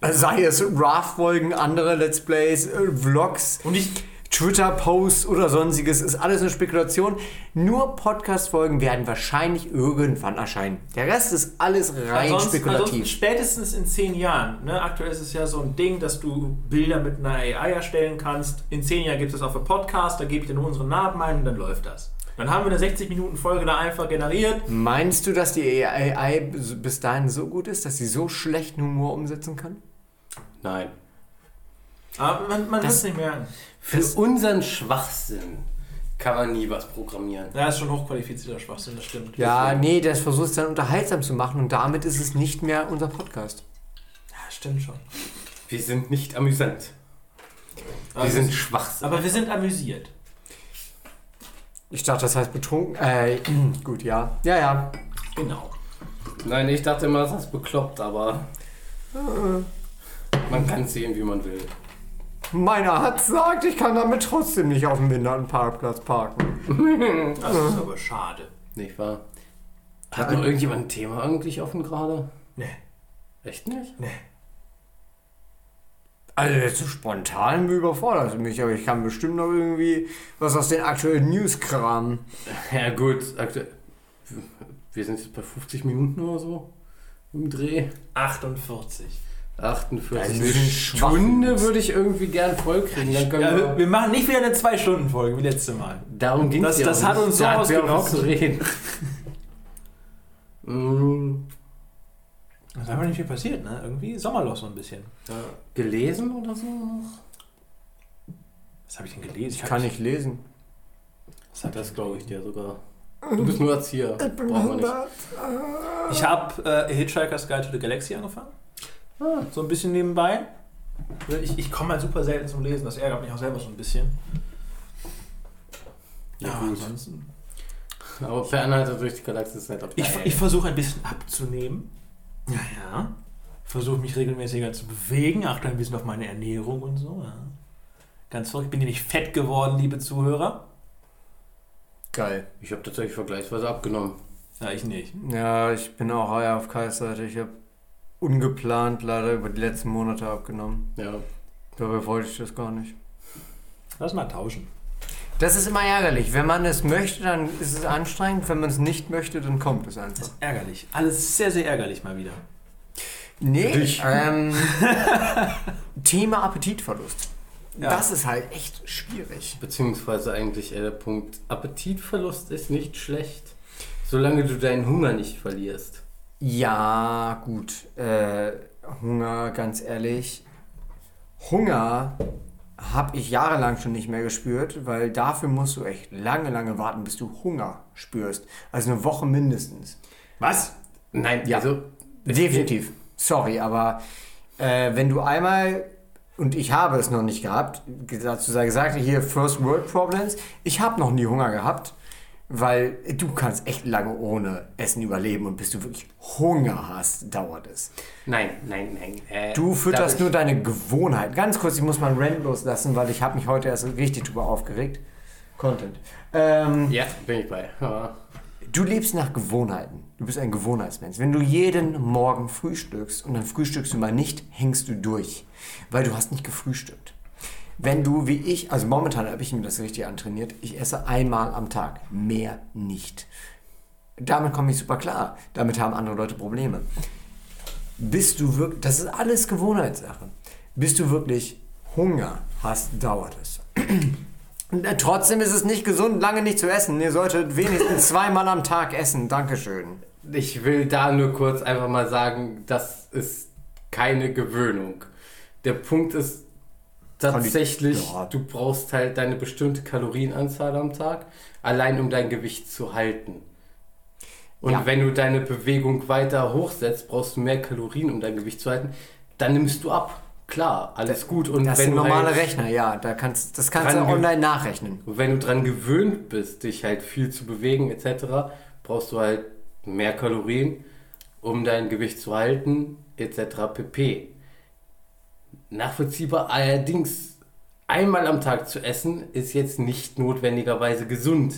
B: Sei es RAF-Folgen, andere Let's Plays, äh, Vlogs,
C: Und ich.
B: Twitter-Posts oder sonstiges, ist alles eine Spekulation. Nur Podcast-Folgen werden wahrscheinlich irgendwann erscheinen. Der Rest ist alles rein
C: Ansonsten, ansonsten
B: spekulativ.
C: spätestens in zehn Jahren. Ne? Aktuell ist es ja so ein Ding, dass du Bilder mit einer AI erstellen kannst. In zehn Jahren gibt es das auf einem Podcast, da gebe ich dir nur unseren Namen ein und dann läuft das. Dann haben wir eine 60-Minuten-Folge da einfach generiert.
B: Meinst du, dass die AI bis bis dahin so gut ist, dass sie so schlechten Humor umsetzen kann?
D: Nein.
C: Aber man, man wird
B: Das-
C: es nicht merken.
D: Für unseren Schwachsinn kann man nie was programmieren.
C: Ja, ist schon hochqualifizierter Schwachsinn, das stimmt.
B: Ja, nee, das versucht es dann unterhaltsam zu machen und damit ist es nicht mehr unser Podcast.
C: Ja, stimmt schon.
D: Wir sind nicht amüsant.
C: Aber
D: Wir sind Schwachsinn.
C: Also, aber wir sind amüsiert.
B: Ich dachte, das heißt betrunken. Äh, gut, ja. Ja, ja.
C: Genau.
D: Nein, ich dachte immer, das ist bekloppt, aber man kann sehen, wie man will.
B: Mein Arzt sagt, ich kann damit trotzdem nicht auf dem Behindertenparkplatz parken.
C: Das ist aber schade.
D: Nicht wahr? Hat noch irgendjemand ein Thema eigentlich offen gerade?
C: Nee.
D: Echt nicht?
B: Also jetzt so spontan überfordert es mich, aber ich kann bestimmt noch irgendwie was aus den aktuellen News kramen.
D: Ja gut, aktuell. Wir sind jetzt bei 50 Minuten oder so im Dreh.
C: 48.
D: 48
B: Also
D: Eine
B: wir sind schwach.
D: Stunde würde ich irgendwie gern vollkriegen. Dann können
C: Ja, wir-
D: wir,
C: wir machen nicht wieder eine 2-Stunden-Folge wie letzte Mal.
D: darum ging es
C: das-
D: ja
C: das
D: auch
C: hat
D: nicht.
C: uns so
D: Da hatten wir auch
C: ausgenockt.
D: zu reden. Mm,
C: Das ist einfach nicht viel passiert, ne? Irgendwie Sommerloch so ein bisschen.
D: ja. Gelesen oder so noch?
C: Was habe ich denn gelesen?
B: Ich kann nicht lesen.
D: Das hat das, glaube ich, dir sogar. Du bist nur Erzieher. Brauchen wir nicht.
C: Ich habe äh, Hitchhiker's Guide to the Galaxy angefangen. Ah, So ein bisschen nebenbei. Ich, ich komme halt super selten zum Lesen, das ärgert mich auch selber so ein bisschen.
D: Ja,
C: aber
D: gut.
C: ansonsten.
D: Aber per Anhalter durch die Galaxie ist halt nicht dabei.
C: Ich, ich versuche ein bisschen abzunehmen. Ja, ja. Versuche mich regelmäßiger zu bewegen, achte ein bisschen auf meine Ernährung und so. Ja. Ganz verrückt, ich bin nämlich fett geworden, liebe Zuhörer.
F: Geil.
D: Ich habe tatsächlich vergleichsweise abgenommen.
C: Ja, ich nicht.
B: Ja, ich bin auch heuer auf Kais Seite. Ich habe ungeplant leider über die letzten Monate abgenommen.
D: Ja.
B: Dabei wollte ich das gar nicht.
C: Lass mal tauschen.
B: Das ist immer ärgerlich. Wenn man es möchte, dann ist es anstrengend. Wenn man es nicht möchte, dann kommt es einfach.
C: Ärgerlich. Alles sehr, sehr ärgerlich mal wieder.
B: Nee,
D: Dich.
B: ähm, Thema Appetitverlust.
C: Ja.
B: Das ist halt echt schwierig.
D: Beziehungsweise eigentlich eher der Punkt, Appetitverlust ist nicht schlecht, solange du deinen Hunger nicht verlierst.
B: Ja, gut. Äh, Hunger, ganz ehrlich. Hunger habe ich jahrelang schon nicht mehr gespürt, weil dafür musst du echt lange, lange warten, bis du Hunger spürst. Also eine Woche mindestens.
D: Was? Nein,
B: Ja.
D: also
B: Definitiv. Sorry, aber äh, wenn du einmal, und ich habe es noch nicht gehabt, ge- dazu sei gesagt, hier First World Problems, ich habe noch nie Hunger gehabt, weil du kannst echt lange ohne Essen überleben und bis du wirklich Hunger hast, dauert es.
D: Nein, nein, nein. äh,
B: Du
D: darf
B: fütterst
D: ich-
B: nur deine Gewohnheit. Ganz kurz, ich muss mal einen Rant loslassen, weil ich habe mich heute erst richtig drüber aufgeregt. Content. Ähm,
D: Ja, bin ich bei. Ja.
B: Du lebst nach Gewohnheiten. Du bist ein Gewohnheitsmensch. Wenn du jeden Morgen frühstückst und dann frühstückst du mal nicht, hängst du durch, weil du hast nicht gefrühstückt. Wenn du wie ich, also momentan habe ich mir das richtig antrainiert, ich esse einmal am Tag, mehr nicht. Damit komme ich super klar. Damit haben andere Leute Probleme. Bist du wirklich, das ist alles Gewohnheitssache. Bis du wirklich Hunger hast, dauert es. Und, äh, Trotzdem ist es nicht gesund, lange nicht zu essen. Ihr solltet wenigstens zweimal am Tag essen. Dankeschön.
D: Ich will da nur kurz einfach mal sagen, das ist keine Gewöhnung. Der Punkt ist tatsächlich,
B: Ja.
D: du brauchst halt deine bestimmte Kalorienanzahl am Tag, allein um dein Gewicht zu halten. Und
B: Ja.
D: wenn du deine Bewegung weiter hochsetzt, brauchst du mehr Kalorien, um dein Gewicht zu halten. Dann nimmst du ab. Klar, alles gut. Und
B: Das
D: wenn
B: sind
D: du
B: normale
D: halt,
B: Rechner, ja. Da kannst, das kannst du
D: Dran ge-
B: online nachrechnen.
D: Und wenn du dran gewöhnt bist, dich halt viel zu bewegen etc., brauchst du halt mehr Kalorien, um dein Gewicht zu halten etc. pp. Nachvollziehbar allerdings, einmal am Tag zu essen, ist jetzt nicht notwendigerweise gesund,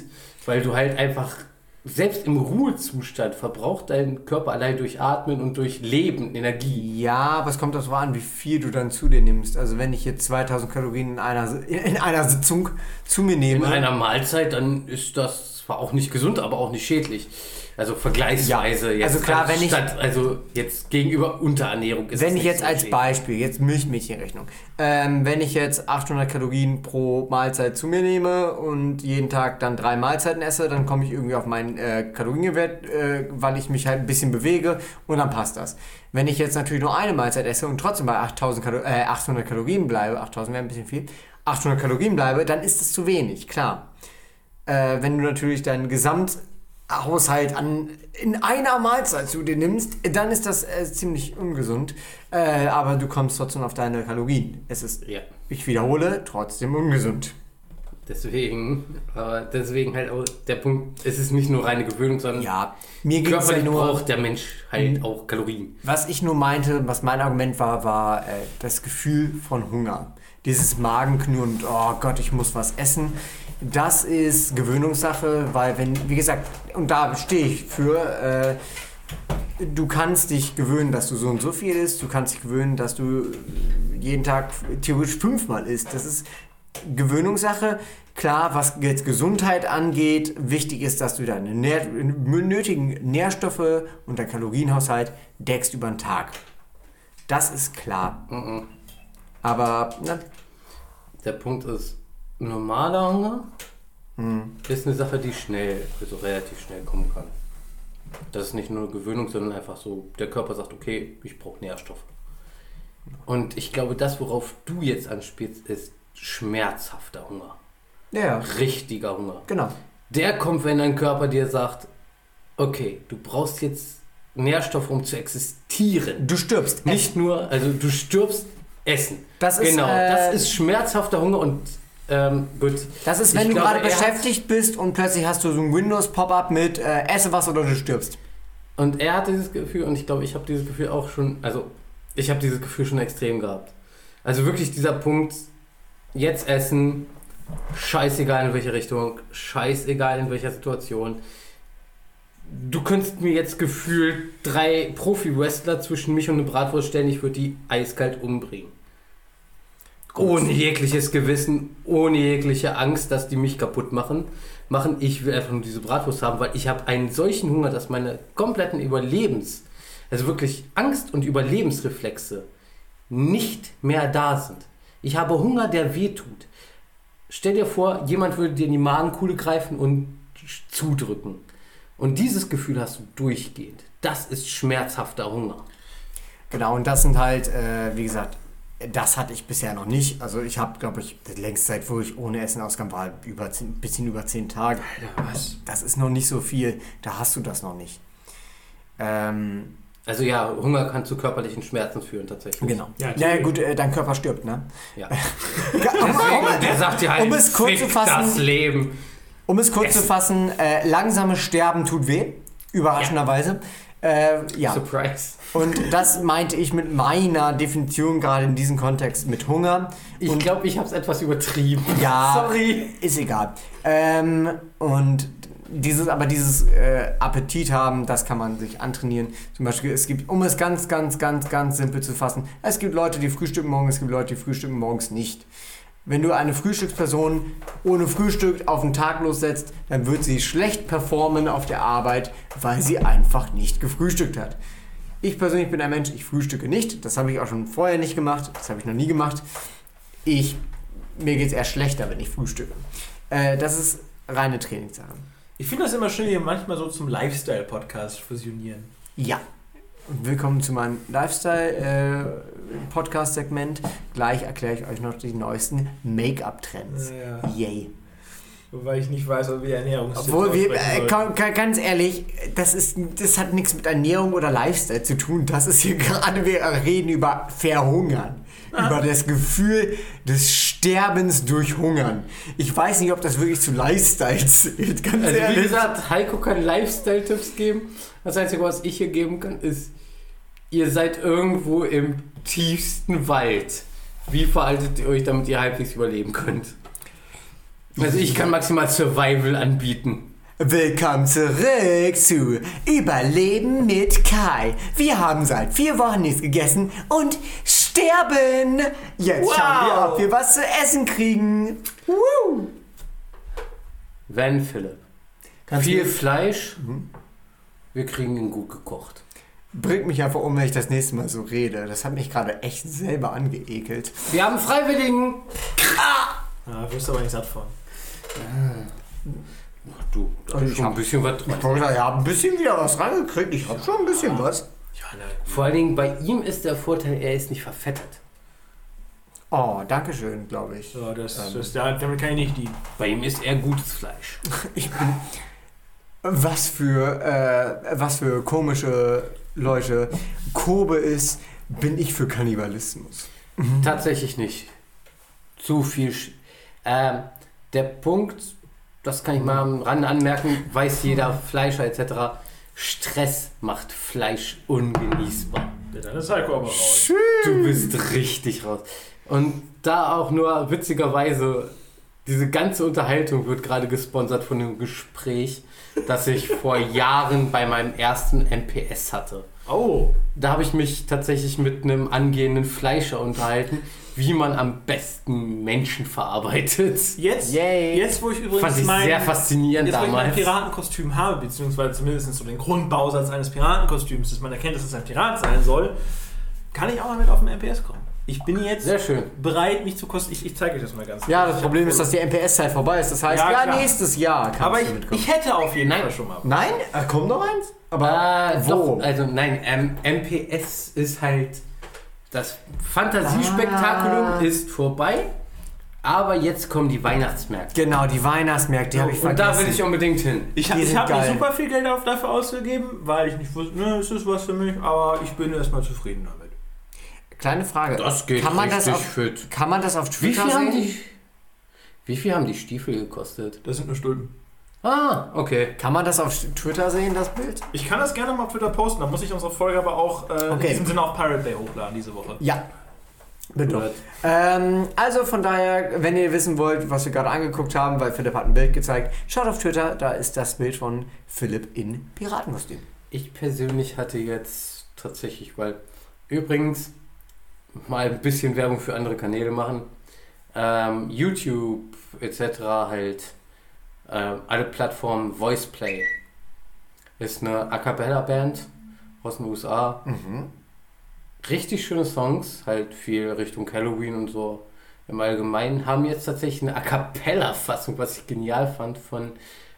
D: weil du halt einfach selbst im Ruhezustand verbraucht dein Körper allein durch Atmen und durch Leben Energie.
B: Ja, aber es kommt darauf an, wie viel du dann zu dir nimmst. Also wenn ich jetzt 2000 Kalorien in einer, in einer Sitzung zu mir
D: In
B: nehme,
D: einer Mahlzeit, dann ist das zwar auch nicht gesund, aber auch nicht schädlich. Also vergleichsweise
B: Ja,
D: jetzt.
B: also klar, wenn ich-
D: anstatt, also jetzt gegenüber Unterernährung ist es
B: wenn ich
D: nicht
B: jetzt
D: so
B: als
D: schädlich.
B: Beispiel, jetzt Milchmädchenrechnung, ähm, wenn ich jetzt 800 Kalorien pro Mahlzeit zu mir nehme und jeden Tag dann drei Mahlzeiten esse, dann komme ich irgendwie auf meinen äh, Kaloriengewert, äh, weil ich mich halt ein bisschen bewege und dann passt das. Wenn ich jetzt natürlich nur eine Mahlzeit esse und trotzdem bei 8000 Kalo äh, 800 Kalorien bleibe, 8000 wäre ein bisschen viel, 800 Kalorien bleibe, dann ist das zu wenig, klar äh, wenn du natürlich deinen Gesamthaushalt an, in einer Mahlzeit zu dir nimmst, dann ist das äh, ziemlich ungesund. Äh, aber du kommst trotzdem auf deine Kalorien. Es ist,
D: Ja,
B: ich wiederhole, trotzdem ungesund.
D: deswegen, aber deswegen halt auch der Punkt, es ist nicht nur reine Gewöhnung, sondern
B: Ja, mir ging es ja
D: körperlich
B: nur.
D: braucht der Mensch halt auch Kalorien.
B: Was ich nur meinte, was mein Argument war, war äh, das Gefühl von Hunger. Dieses Magenknurren und oh Gott, ich muss was essen. Das ist Gewöhnungssache, weil wenn, wie gesagt, und da stehe ich für, äh, du kannst dich gewöhnen, dass du so und so viel isst, du kannst dich gewöhnen, dass du jeden Tag theoretisch fünfmal isst. Das ist Gewöhnungssache. Klar, was jetzt Gesundheit angeht, wichtig ist, dass du deine nähr nötigen Nährstoffe und deinen Kalorienhaushalt deckst über den Tag. Das ist klar.
D: Mhm.
B: Aber ne,
D: Der Punkt ist, normaler Hunger ist eine Sache, die schnell, also relativ schnell kommen kann. Das ist nicht nur eine Gewöhnung, sondern einfach so, der Körper sagt, okay, ich brauche Nährstoffe. Und ich glaube, das, worauf du jetzt anspielst, ist schmerzhafter Hunger.
B: ja,
D: Richtiger Hunger.
B: genau.
D: Der kommt, wenn dein Körper dir sagt, okay, du brauchst jetzt Nährstoffe, um zu existieren.
B: Du stirbst.
D: Nicht nur, also du stirbst Essen.
B: Äh, Das ist,
D: genau,
B: äh,
D: das ist schmerzhafter Hunger und ähm, gut.
B: Das ist,
D: Ich
B: wenn du
D: glaube,
B: gerade
D: er hat-
B: beschäftigt bist und plötzlich hast du so ein Windows-Pop-up mit äh, esse was oder du stirbst.
D: Und er hatte dieses Gefühl und ich glaube, ich habe dieses Gefühl auch schon, also ich habe dieses Gefühl schon extrem gehabt. Also wirklich dieser Punkt, jetzt essen, Scheißegal in welche Richtung, scheißegal in welcher Situation. Du könntest mir jetzt gefühlt drei Profi-Wrestler zwischen mich und eine Bratwurst stellen, ich würde die eiskalt umbringen. Ohne jegliches Gewissen, ohne jegliche Angst, dass die mich kaputt machen. machen. Ich will einfach nur diese Bratwurst haben, weil ich habe einen solchen Hunger, dass meine kompletten Überlebens, also wirklich Angst und Überlebensreflexe nicht mehr da sind. Ich habe Hunger, der wehtut. Stell dir vor, jemand würde dir in die Magenkuhle greifen und sch- zudrücken. Und dieses Gefühl hast du durchgehend. Das ist schmerzhafter Hunger.
B: Genau, und das sind halt, äh, wie gesagt, das hatte ich bisher noch nicht. Also ich habe, glaube ich, die längste Zeit, wo ich ohne Essen auskam, war über zehn, bisschen über zehn Tage. Alter, was? Das ist noch nicht so viel. Da hast du das noch nicht. Ähm,
D: Also ja, Hunger kann zu körperlichen Schmerzen führen tatsächlich.
B: genau.
C: Ja,
B: Ja,
C: natürlich.
B: gut, äh, dein Körper stirbt, ne?
D: Ja.
B: um,
D: Der sagt dir halt,
B: Um es kurz
D: fick
B: zu fassen-
D: das Leben.
B: um es kurz zu fassen, äh, langsames Sterben tut weh. Überraschenderweise. Äh, ja.
D: Surprise.
B: Und das meinte ich mit meiner Definition gerade in diesem Kontext mit Hunger.
D: Ich
B: Und-
D: glaube, ich habe es etwas übertrieben.
B: Ja,
D: Sorry.
B: ist egal. Ähm, und dieses, aber dieses äh, Appetit haben, das kann man sich antrainieren. Zum Beispiel, es gibt, um es ganz, ganz, ganz, ganz simpel zu fassen, es gibt Leute, die frühstücken morgens, es gibt Leute, die frühstücken morgens nicht. Wenn du eine Frühstücksperson ohne Frühstück auf den Tag lossetzt, dann wird sie schlecht performen auf der Arbeit, weil sie einfach nicht gefrühstückt hat. Ich persönlich bin ein Mensch, ich frühstücke nicht. Das habe ich auch schon vorher nicht gemacht. Das habe ich noch nie gemacht. Ich, mir geht es eher schlechter, wenn ich frühstücke. Äh, das ist reine Trainingssache.
C: Ich finde das immer schön, hier manchmal so zum Lifestyle-Podcast fusionieren.
B: Ja. Willkommen zu meinem Lifestyle-Podcast-Segment. Gleich erkläre ich euch noch die neuesten Make-up-Trends.
C: Ja,
B: Yay.
C: wobei ich nicht weiß, ob wir Ernährungstipps
B: Obwohl wir,
C: aussprechen
B: äh,
C: sollten.
B: ka- ka- ganz ehrlich, das, ist, das hat nichts mit Ernährung oder Lifestyle zu tun. Das ist hier gerade, wir reden über Verhungern.
D: Ah.
B: Über das Gefühl des Sterbens durch Hungern. Ich weiß nicht, ob das wirklich zu Lifestyle zählt, ganz
D: Also wie
B: ehrlich.
D: gesagt, Heiko kann Lifestyle-Tipps geben. Das Einzige, was ich hier geben kann, ist, ihr seid irgendwo im tiefsten Wald. Wie verhaltet ihr euch, damit ihr halbwegs überleben könnt? Also ich kann maximal Survival anbieten.
B: Willkommen zurück zu Überleben mit Kai. Wir haben seit vier Wochen nichts gegessen und sterben. Jetzt schauen wir, ob wir was zu essen kriegen. Woo!
D: Wenn Philipp.
B: Kannst
D: Viel
B: du- Mhm.
D: Fleisch. Wir kriegen ihn gut gekocht.
B: Bringt mich einfach um, wenn ich das nächste Mal so rede. Das hat mich gerade echt selber angeekelt.
D: Wir haben Freiwilligen.
C: Ah, da wirst du aber nicht satt von.
D: Du, da ist schon ein bisschen was drin.
B: Ich wollte sagen, ich habe ein bisschen wieder was reingekriegt. Ich habe schon ein bisschen was.
C: Johanna,
D: Vor allen Dingen bei ihm ist der Vorteil, er ist nicht verfettet.
B: Oh, danke schön, glaube ich.
C: so, das, das, da- damit kann ich nicht dienen.
D: Bei ihm ist er gutes Fleisch.
B: Ich bin. Was für, äh, was für komische Leute. Kobe ist, bin ich für Kannibalismus.
D: Tatsächlich nicht. Zu viel. Sch ähm, der Punkt, das kann ich mal am Rande anmerken, weiß jeder Fleischer etc. Stress macht Fleisch ungenießbar.
C: Ja, dann ist Heiko aber raus.
D: Du bist richtig raus. Und da auch nur witzigerweise, diese ganze Unterhaltung wird gerade gesponsert von einem Gespräch, das ich vor Jahren bei meinem ersten MPS hatte.
C: Oh,
D: Da habe ich mich tatsächlich mit einem angehenden Fleischer unterhalten, wie man am besten Menschen verarbeitet.
C: jetzt,
B: Yay.
C: jetzt wo ich übrigens
D: Fand ich
C: mein,
D: sehr faszinierend
C: jetzt, wo ich mein
D: damals.
C: Piratenkostüm habe, beziehungsweise zumindest so den Grundbausatz eines Piratenkostüms, dass man erkennt, dass es ein Pirat sein soll, kann ich auch mal mit auf den MPS kommen. Ich bin jetzt
D: Sehr schön.
C: bereit, mich zu kosten. Ich, ich zeige euch das mal ganz
B: Ja,
C: kurz.
B: das Problem ist, dass die MPS-Zeit vorbei ist. Das heißt,
C: Ja,
B: ja,
C: klar.
B: nächstes Jahr kannst
C: Aber
B: du
C: ich,
B: mitkommen.
C: ich hätte auf jeden
D: Nein.
C: Fall schon mal.
B: Nein? Äh, kommt noch eins? Aber
D: Äh,
B: wo?
D: Doch, also nein, ähm, MPS ist halt das Fantasiespektakulum
B: Ah.
D: ist vorbei, aber jetzt kommen die Weihnachtsmärkte.
B: Genau, die Weihnachtsmärkte, die habe ich
D: Und
B: vergessen.
D: da will ich unbedingt hin.
C: Ich,
B: Die
C: ich
B: sind
C: habe nicht
B: geil.
C: super viel Geld auf- dafür ausgegeben, weil ich nicht wusste, ne, es ist was für mich, aber ich bin erstmal zufrieden damit.
B: Kleine Frage.
D: Das geht
B: kann man
D: richtig
B: das auf,
D: fit.
B: Kann man das auf
D: Wie
B: Twitter
D: viel, haben
B: sehen?
D: die, wie viel haben die Stiefel gekostet?
C: Das sind nur Stunden.
D: Ah, okay.
B: Kann man das auf Twitter sehen, das Bild?
C: Ich kann das gerne mal auf Twitter posten, da muss ich unsere Folge aber auch äh,
B: Okay.
C: in diesem Sinne auch Pirate Bay hochladen diese Woche.
B: Ja. Bin doch. Ähm, also von daher, wenn ihr wissen wollt, was wir gerade angeguckt haben, weil Philipp hat ein Bild gezeigt, schaut auf Twitter, da ist das Bild von Philipp in Piratenkostüm.
D: Ich persönlich hatte jetzt tatsächlich, weil übrigens mal ein bisschen Werbung für andere Kanäle machen. Ähm, YouTube etc. halt ähm, alle Plattformen Voice Play. Ist eine A cappella Band aus den USA. Richtig schöne Songs, halt viel Richtung Halloween und so. Im Allgemeinen haben jetzt tatsächlich eine A cappella Fassung, was ich genial fand, von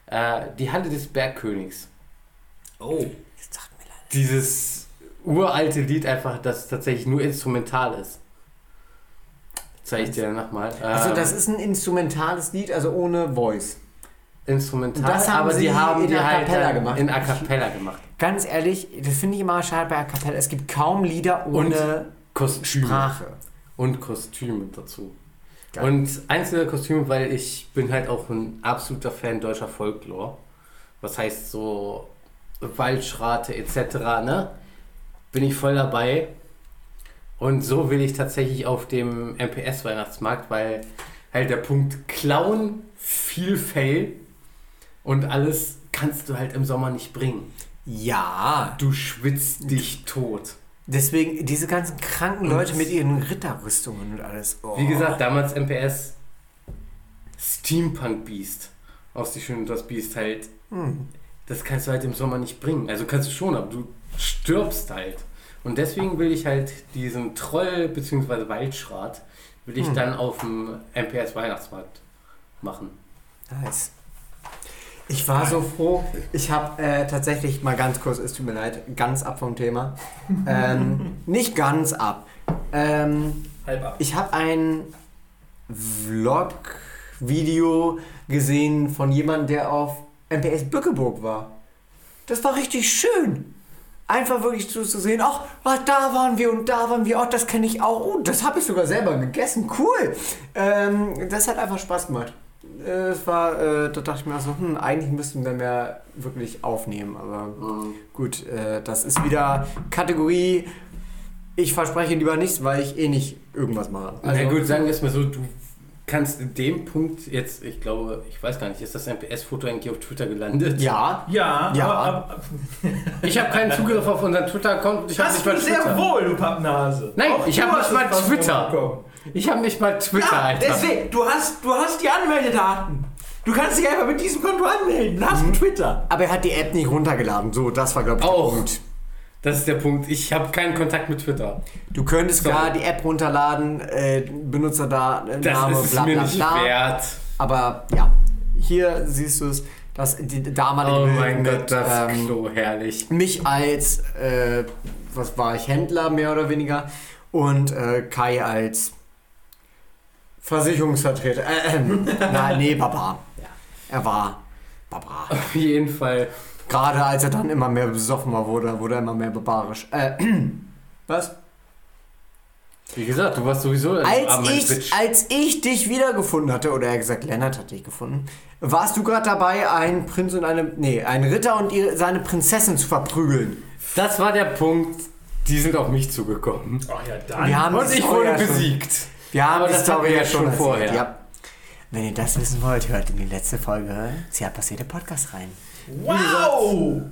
D: äh, Die Hand des Bergkönigs
C: Oh.
D: dieses uralte Lied einfach, das tatsächlich nur instrumental ist. Zeige ich dir danach mal.
B: Also
D: Ähm,
B: das ist ein instrumentales Lied, also ohne Voice.
D: instrumental,
B: das haben
D: aber
B: sie
D: die haben
B: in
D: die
B: a
D: halt
B: cappella
D: ähm,
B: gemacht.
D: in a cappella gemacht.
B: Ganz ehrlich, das finde ich immer schade bei A Cappella. Es gibt kaum Lieder ohne
D: Kostüme.
B: Sprache.
D: Und Kostüme dazu.
B: Geil.
D: Und einzelne Kostüme, weil ich bin halt auch ein absoluter Fan deutscher Folklore. Was heißt so Waldschrate etc. Ne? Bin ich voll dabei. Und so will ich tatsächlich auf dem MPS-Weihnachtsmarkt, weil halt der Punkt Clown viel Fail und alles kannst du halt im Sommer nicht bringen.
B: Ja,
D: Du schwitzt dich tot.
B: deswegen diese ganzen kranken Leute mit ihren Ritterrüstungen und alles. Oh.
D: Wie gesagt, damals MPS Steampunk Beast aus die Schöne und das Beast halt.
C: Hm.
D: Das kannst du halt im Sommer nicht bringen. Also kannst du schon, aber du stirbst halt. Und deswegen will ich halt diesen Troll bzw. Waldschrat will
C: Hm.
D: ich dann auf dem MPS Weihnachtsmarkt machen.
B: Nice. Ich war so froh. Ich habe äh, tatsächlich mal ganz kurz, es tut mir leid, ganz ab vom Thema. Ähm, nicht ganz ab. Ähm,
C: Halb ab.
B: ich habe ein Vlog-Video gesehen von jemandem, der auf MPS Bückeburg war. Das war richtig schön. Einfach wirklich so zu sehen, ach, ah, da waren wir und da waren wir, ach, das kenne ich auch. Oh, das habe ich sogar selber gegessen, cool. Ähm, das hat einfach Spaß gemacht. Äh, Es war, äh, da dachte ich mir auch so, hm, eigentlich müssten wir mehr wirklich aufnehmen, aber
D: Mhm.
B: gut, äh, das ist wieder Kategorie, ich verspreche lieber nichts, weil ich eh nicht irgendwas mache. Also,
C: Also-
D: Na gut, sagen wir es mal so, du kannst in dem Punkt jetzt, ich glaube, ich weiß gar nicht, ist das MPS-Foto eigentlich auf Twitter gelandet?
B: Ja,
C: Ja,
B: Ja.
C: aber, aber
D: Ich habe keinen Zugriff auf unseren Twitter-Account und ich habe
C: hast
D: nicht
C: du
D: mal
C: sehr
D: Twitter.
C: wohl, du Pappnase.
D: Nein, ich
C: du
D: habe nicht
C: hast
D: mal
C: es fast
D: Twitter.
C: mitbekommen.
D: Ich habe nicht mal Twitter,
C: Ja,
D: Alter.
C: deswegen, du hast, du hast die Anmeldedaten. Du kannst dich einfach mit diesem Konto anmelden. Du
D: Mhm.
C: hast einen Twitter.
B: aber er hat die App nicht runtergeladen, so, das war, glaube ich,
D: Auch.
B: der Punkt.
D: Das ist der Punkt. Ich habe keinen Kontakt mit Twitter.
B: Du könntest
D: Sorry.
B: gar die App runterladen, äh, Benutzer da, äh,
D: Das
B: Name,
D: ist es
B: bla
D: mir
B: bla
D: nicht
B: bla.
D: wert.
B: Aber ja, hier siehst du es, dass die damalige
D: Oh
B: Bild
D: mein
B: mit,
D: Gott, das
B: ähm,
D: Klo, herrlich.
B: mich als, äh, was war ich, Händler mehr oder weniger und äh, Kai als Versicherungsvertreter. Äh, ähm, na, nee, Baba. Er war Baba.
D: Auf jeden Fall.
B: Gerade als er dann immer mehr besoffen war, wurde, wurde er immer mehr barbarisch. Äh, was?
D: Wie gesagt, du warst sowieso ein
B: Als
D: armer
B: ich,
D: Bitch.
B: als ich dich wiedergefunden hatte, oder er gesagt, Lennart hat dich gefunden, warst du gerade dabei, einen Prinz und eine, nee, einen Ritter und ihre, seine Prinzessin zu verprügeln.
D: Das war der Punkt. Die sind auf mich zugekommen.
C: Ach ja,
B: Wir haben
D: Und
B: die
D: ich
B: Story
D: wurde
B: ja schon-
D: besiegt.
B: Wir haben
D: Aber
B: die
D: das hatten
B: Story
D: wir
B: ja
D: ja
B: schon
D: schon
B: erzählt,
D: vorher.
B: Ja. Wenn ihr das wissen wollt, hört in die letzte Folge sehr passierte Podcast rein.
C: Wow!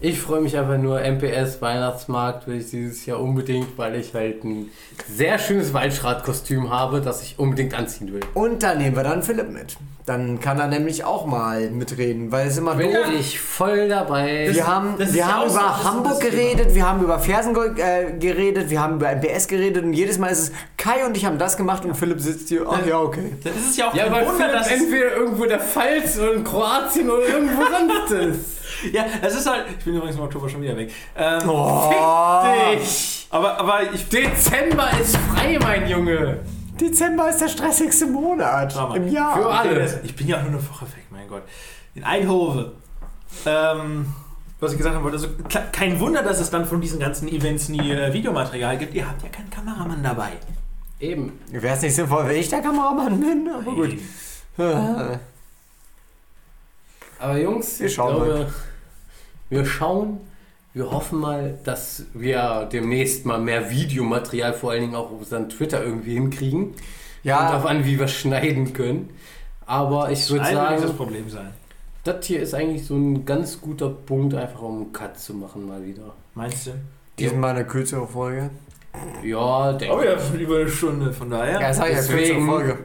D: Ich freue mich einfach nur. MPS Weihnachtsmarkt will ich dieses Jahr unbedingt, weil ich halt ein sehr schönes Waldschratkostüm habe, das ich unbedingt anziehen will.
B: Und da nehmen wir dann Philipp mit. Dann kann er nämlich auch mal mitreden, weil es immer
D: Bin
B: doof
D: ich voll dabei.
B: Oh. Wir haben,
C: das ist
B: wir
C: ja
B: haben
C: auch so- das
B: über
C: ist
B: Hamburg
C: das Thema.
B: geredet, wir haben über Fersengold äh, geredet, wir haben über MPS geredet und jedes Mal ist es Kai und ich haben das gemacht und Philipp sitzt hier. Ach ja, okay.
C: Dann ist es ja auch
D: Ja,
C: kein
D: weil
C: Wunder,
D: Philipp
C: dass es,
D: entweder irgendwo in der Pfalz oder in Kroatien oder irgendwo sonst ist.
C: ja, das ist halt. Ich bin übrigens im Oktober schon wieder weg. Ähm,
B: Oh,
D: Dich.
C: Aber, aber ich.
D: Dezember ist frei, mein Junge.
B: Dezember ist der stressigste Monat
C: Drama.
B: im Jahr.
D: Für alle.
C: Ich bin ja auch nur eine Woche weg, mein Gott. In Eindhoven. Ähm, was ich gesagt haben wollte, also kla- kein Wunder, dass es dann von diesen ganzen Events nie äh, Videomaterial gibt. Ihr habt ja keinen Kameramann dabei.
D: Eben.
B: Wäre es nicht sinnvoll, wenn ich der Kameramann bin? Aber gut.
C: Eben.
D: Aber Jungs,
B: Wir schauen
D: wir schauen, Wir hoffen mal, dass wir demnächst mal mehr Videomaterial, vor allen Dingen auch auf unseren Twitter irgendwie hinkriegen.
B: Ja.
D: Und darauf an, wie wir schneiden können. Aber ich würde
C: Nein, wird
D: sagen,
C: nicht das Problem sein.
D: das hier ist eigentlich so ein ganz guter Punkt, einfach um einen Cut zu machen mal wieder.
C: Meinst du?
B: Diesmal eine kürzere Folge.
D: Ja, denke
C: Oh ja, über eine Stunde, von daher.
B: Ja, sag ich ja, kürzere
D: Deswegen-
B: Folge.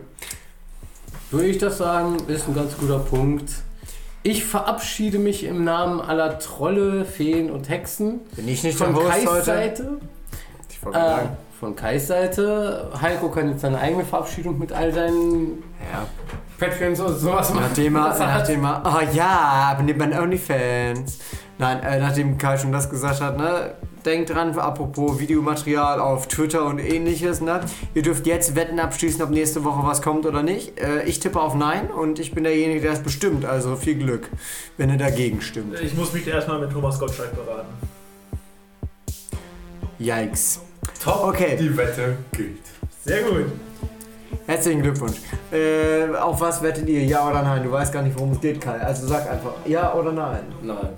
D: Würde ich das sagen, ist ein ganz guter Punkt. Ich verabschiede mich im Namen aller Trolle, Feen und Hexen.
B: Bin ich nicht
D: Von
B: der Host
D: Kais
B: heute?
D: Seite.
B: Ich wollte
D: Äh,
B: sagen.
D: von Kais Seite. Heiko kann jetzt seine eigene Verabschiedung mit all seinen
B: Ja.
D: Patreons und sowas machen.
B: Nachdem er,
D: Was hat-
B: nachdem er, oh ja, benimmt man Onlyfans. Nein, äh, nachdem Kai schon das gesagt hat, ne, denkt dran, apropos Videomaterial auf Twitter und ähnliches, ne, ihr dürft jetzt Wetten abschließen, ob nächste Woche was kommt oder nicht. Äh, ich tippe auf Nein und ich bin derjenige, der es bestimmt, also viel Glück, wenn ihr dagegen stimmt.
C: Ich muss mich erstmal mit Thomas Gottschalk beraten.
B: Yikes.
D: Top.
B: Okay,
D: Die Wette gilt.
C: Sehr gut.
B: herzlichen Glückwunsch. Äh, auf was wettet ihr, ja oder nein? Du weißt gar nicht, worum es geht, Kai, also sag einfach ja oder nein.
D: Nein,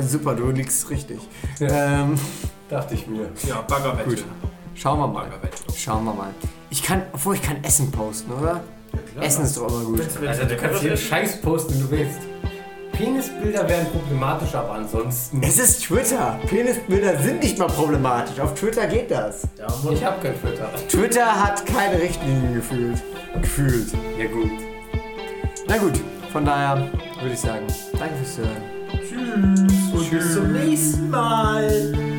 B: Super, du liegst richtig.
D: Ja.
B: Ähm,
D: dachte ich mir.
C: Ja, Baggerwette.
B: Gut. Schauen wir mal.
C: Baggerwette.
B: Schauen wir mal. Ich kann, obwohl ich kann Essen posten, oder? Essen ist doch immer gut.
D: Also du kannst jeden Scheiß posten, den du willst. Penisbilder wären problematisch, aber ansonsten.
B: Es ist Twitter. Penisbilder sind nicht mal problematisch. Auf Twitter geht das.
C: Ja, Mann.
D: Ich habe kein Twitter.
B: Twitter hat keine Richtlinien gefühlt. Gefühlt.
D: Ja gut.
B: Na gut, von daher würde ich sagen, danke fürs Hören.
C: Tschüss und bis zum nächsten Mal.